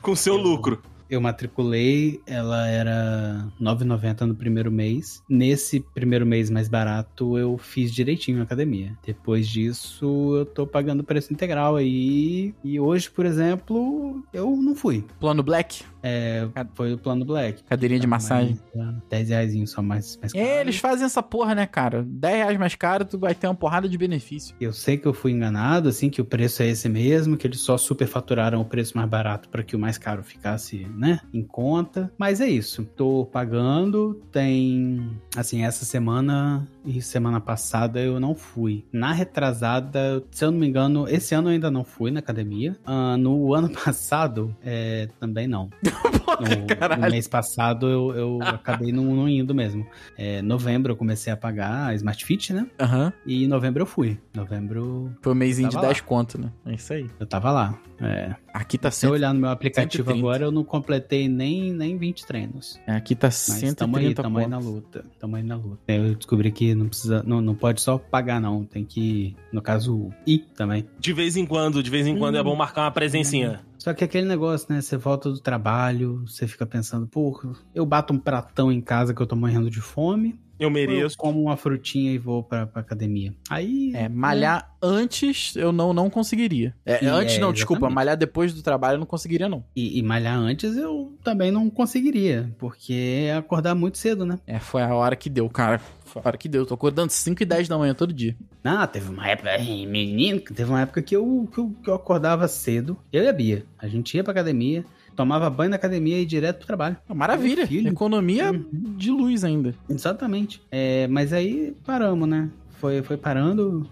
[SPEAKER 2] com seu lucro.
[SPEAKER 4] Eu matriculei, ela era R$ 9,90 no primeiro mês. Nesse primeiro mês mais barato, eu fiz direitinho a academia. Depois disso, eu tô pagando o preço integral aí. E hoje, por exemplo, eu não fui.
[SPEAKER 3] Plano Black,
[SPEAKER 4] É, foi o plano Black.
[SPEAKER 3] cadeirinha de massagem.
[SPEAKER 4] Mas, é, 10 reais só mais, mais caro.
[SPEAKER 3] É, eles fazem essa porra, né, cara? 10 reais mais caro, tu vai ter uma porrada de
[SPEAKER 4] <laughs>
[SPEAKER 3] benefício.
[SPEAKER 4] Eu sei que eu fui enganado, assim, que o preço é esse mesmo, que eles só superfaturaram o preço mais barato para que o mais caro ficasse, né, em conta. Mas é isso. Tô pagando, tem, assim, essa semana e semana passada eu não fui. Na retrasada, se eu não me engano, esse ano eu ainda não fui na academia. Ah, no ano <laughs> passado, é, também não. No, no mês passado eu, eu acabei não, não indo mesmo. É, novembro eu comecei a pagar a Smart Fit, né?
[SPEAKER 3] É. Aham.
[SPEAKER 4] E em novembro eu fui. Novembro
[SPEAKER 3] Foi um mêsinho
[SPEAKER 4] Tava
[SPEAKER 3] de
[SPEAKER 4] lá.
[SPEAKER 3] 10 conto, né? É isso aí.
[SPEAKER 4] eu tava lá. É.
[SPEAKER 3] Aqui tá
[SPEAKER 4] Se eu
[SPEAKER 3] cento...
[SPEAKER 4] olhar no meu aplicativo
[SPEAKER 3] 130.
[SPEAKER 4] agora, eu não completei nem, nem 20 treinos.
[SPEAKER 3] Aqui tá
[SPEAKER 4] Mas tamo aí,
[SPEAKER 3] 130
[SPEAKER 4] tamo aí na
[SPEAKER 3] conto.
[SPEAKER 4] luta. Tamo aí na luta. É, Eu descobri que não precisa. Não, não pode só pagar, não. Tem que, no caso, ir também.
[SPEAKER 2] De vez em quando, de vez em quando é bom marcar uma presencinha.
[SPEAKER 4] Só que aquele negócio, né? Você volta do trabalho, você fica pensando, pô, eu bato um pratão em casa que eu tô morrendo de fome.
[SPEAKER 2] Eu
[SPEAKER 4] ou Eu
[SPEAKER 2] mereço.
[SPEAKER 4] como uma frutinha e vou pra, pra academia. Aí.
[SPEAKER 3] É, malhar antes eu não, não conseguiria. É,
[SPEAKER 4] E
[SPEAKER 3] antes
[SPEAKER 4] é,
[SPEAKER 3] não, desculpa.
[SPEAKER 4] exatamente.
[SPEAKER 3] Malhar depois do trabalho eu não conseguiria, não.
[SPEAKER 4] E, e malhar antes eu também não conseguiria, porque é acordar muito cedo, né?
[SPEAKER 3] É, foi a hora que deu, cara. Foi a hora que deu. Eu tô acordando 5 e 10 da manhã todo dia.
[SPEAKER 4] Ah, teve uma época, Ih, menino, teve uma época que eu, que eu, que eu acordava cedo, eu e a Bia. A gente ia pra academia, tomava banho na academia e ia direto pro trabalho.
[SPEAKER 3] Ah, Maravilha.
[SPEAKER 4] Meu filho.
[SPEAKER 3] Economia de luz ainda.
[SPEAKER 4] Exatamente. É, mas aí paramos, né? Foi, foi parando.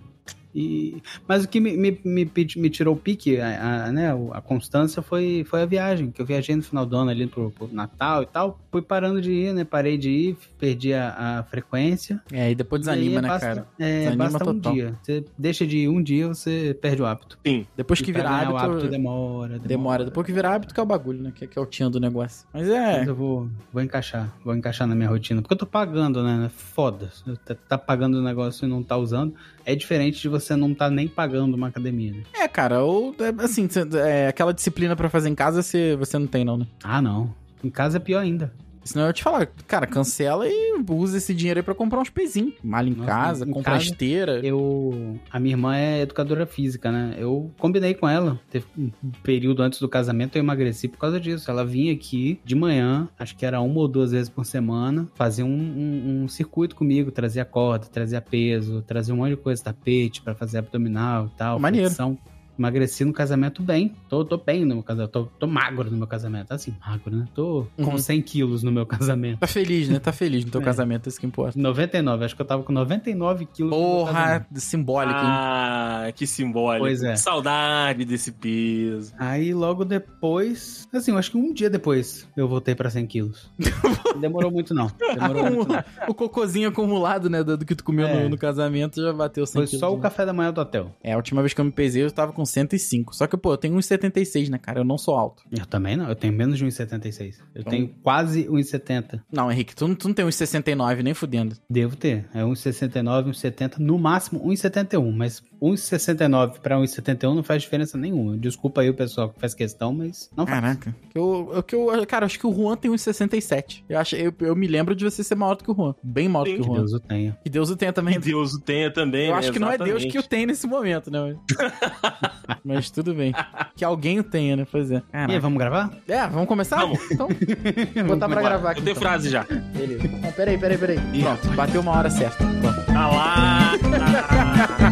[SPEAKER 4] E... Mas o que me, me, me, pedi- me tirou o pique, a, a, né, o- a constância, foi, foi a viagem. Que eu viajei no final do ano ali pro, pro Natal e tal. Fui parando de ir, né? Parei de ir, perdi a, a frequência.
[SPEAKER 3] É, e depois
[SPEAKER 4] E
[SPEAKER 3] desanima,
[SPEAKER 4] aí
[SPEAKER 3] né,
[SPEAKER 4] basta-
[SPEAKER 3] cara?
[SPEAKER 4] É,
[SPEAKER 3] Desanima
[SPEAKER 4] basta um
[SPEAKER 3] total.
[SPEAKER 4] dia. Você deixa de ir um dia, você perde o hábito.
[SPEAKER 3] Depois que
[SPEAKER 4] E pra
[SPEAKER 3] virar
[SPEAKER 4] ganhar
[SPEAKER 3] hábito,
[SPEAKER 4] o hábito né? demora, demora.
[SPEAKER 3] demora. Depois que virar hábito que é o bagulho, né? Que, que é o tchan do negócio. Mas é.
[SPEAKER 4] Mas eu vou, vou encaixar, vou encaixar na minha rotina. Porque eu tô pagando, né? Foda. Eu Tá, tá pagando o negócio e não tá usando. É diferente de você não tá nem pagando uma academia, né?
[SPEAKER 3] É, cara, ou é, assim, cê- é, aquela disciplina pra fazer em casa você, você não tem, não, né?
[SPEAKER 4] Ah, não. Em casa é pior ainda.
[SPEAKER 3] Senão eu te falar, cara, cancela e usa esse dinheiro aí pra comprar uns pezinhos. Malha em
[SPEAKER 4] Nossa,
[SPEAKER 3] casa,
[SPEAKER 4] em
[SPEAKER 3] compra
[SPEAKER 4] casa-
[SPEAKER 3] esteira.
[SPEAKER 4] Eu. A minha irmã é educadora física, né? Eu combinei com ela. Teve um período antes do casamento eu emagreci por causa disso. Ela vinha aqui de manhã, acho que era uma ou duas vezes por semana, fazia um, um- um circuito comigo, trazia corda, trazia peso, trazia um monte de coisa, tapete pra fazer abdominal e tal.
[SPEAKER 3] Maneiro.
[SPEAKER 4] flexão. Emagreci no casamento bem. Tô, tô bem no meu casamento. Tô, tô magro no meu casamento. Assim, magro, né? Tô
[SPEAKER 3] Uhum.
[SPEAKER 4] com 100 quilos no meu <laughs> casamento.
[SPEAKER 3] Tá feliz, né? Tá feliz no teu
[SPEAKER 4] É.
[SPEAKER 3] casamento, isso que importa.
[SPEAKER 4] 99, acho que eu tava com 99 quilos. no meu casamento.
[SPEAKER 3] Porra, simbólico, hein?
[SPEAKER 2] Ah, que simbólico.
[SPEAKER 4] Pois é.
[SPEAKER 2] Saudade desse peso.
[SPEAKER 4] Aí logo depois, assim, eu acho que um dia depois eu voltei pra 100
[SPEAKER 3] <laughs>
[SPEAKER 4] quilos. Demorou muito não. Demorou muito <laughs> não.
[SPEAKER 3] O cocôzinho acumulado, né? Do do que tu comeu
[SPEAKER 4] É.
[SPEAKER 3] no, no casamento já bateu 100
[SPEAKER 4] Foi
[SPEAKER 3] quilos,
[SPEAKER 4] só o
[SPEAKER 3] né?
[SPEAKER 4] café da manhã do hotel.
[SPEAKER 3] É, a última vez que eu me pesei eu tava com 105. Só que, pô, eu tenho uns 76, né, cara? Eu não sou alto.
[SPEAKER 4] Eu também não, eu tenho menos de 1,76. Eu
[SPEAKER 3] Então-
[SPEAKER 4] tenho quase 1,70.
[SPEAKER 3] Não, Henrique, tu, não- tu não tem uns 69, nem fudendo.
[SPEAKER 4] Devo ter, é 1,69, 1,70, no máximo 1,71, mas 1,69 pra 1,71 não faz diferença nenhuma. Desculpa aí o pessoal que faz questão, mas
[SPEAKER 3] Ah,
[SPEAKER 4] não faz.
[SPEAKER 3] Caraca. Eu, eu, que eu, cara, acho que o Juan tem uns 67. Eu, acho, eu, eu me lembro de você ser maior do que o Juan. Bem maior do
[SPEAKER 2] Sim.
[SPEAKER 3] que o
[SPEAKER 4] Que
[SPEAKER 3] Juan.
[SPEAKER 4] Deus o tenha.
[SPEAKER 3] Que Deus o tenha também.
[SPEAKER 2] Que Deus o tenha também.
[SPEAKER 3] Eu
[SPEAKER 2] né?
[SPEAKER 3] acho que não é Deus que o
[SPEAKER 2] Exatamente.
[SPEAKER 3] tem nesse momento, né?
[SPEAKER 2] <laughs>
[SPEAKER 3] Mas, Mas tudo bem. Que alguém o tenha, né? Pois é.
[SPEAKER 4] E aí,
[SPEAKER 3] Caraca.
[SPEAKER 4] vamos gravar?
[SPEAKER 3] É, vamos começar?
[SPEAKER 2] Vamos.
[SPEAKER 3] Então, vou
[SPEAKER 4] Vamos
[SPEAKER 3] botar pra
[SPEAKER 2] Bora.
[SPEAKER 3] gravar aqui.
[SPEAKER 2] Eu tenho
[SPEAKER 3] então.
[SPEAKER 2] frase já.
[SPEAKER 3] Beleza. Não, peraí, peraí, peraí. Pronto, bateu uma hora certa. Pronto.
[SPEAKER 2] Tá lá.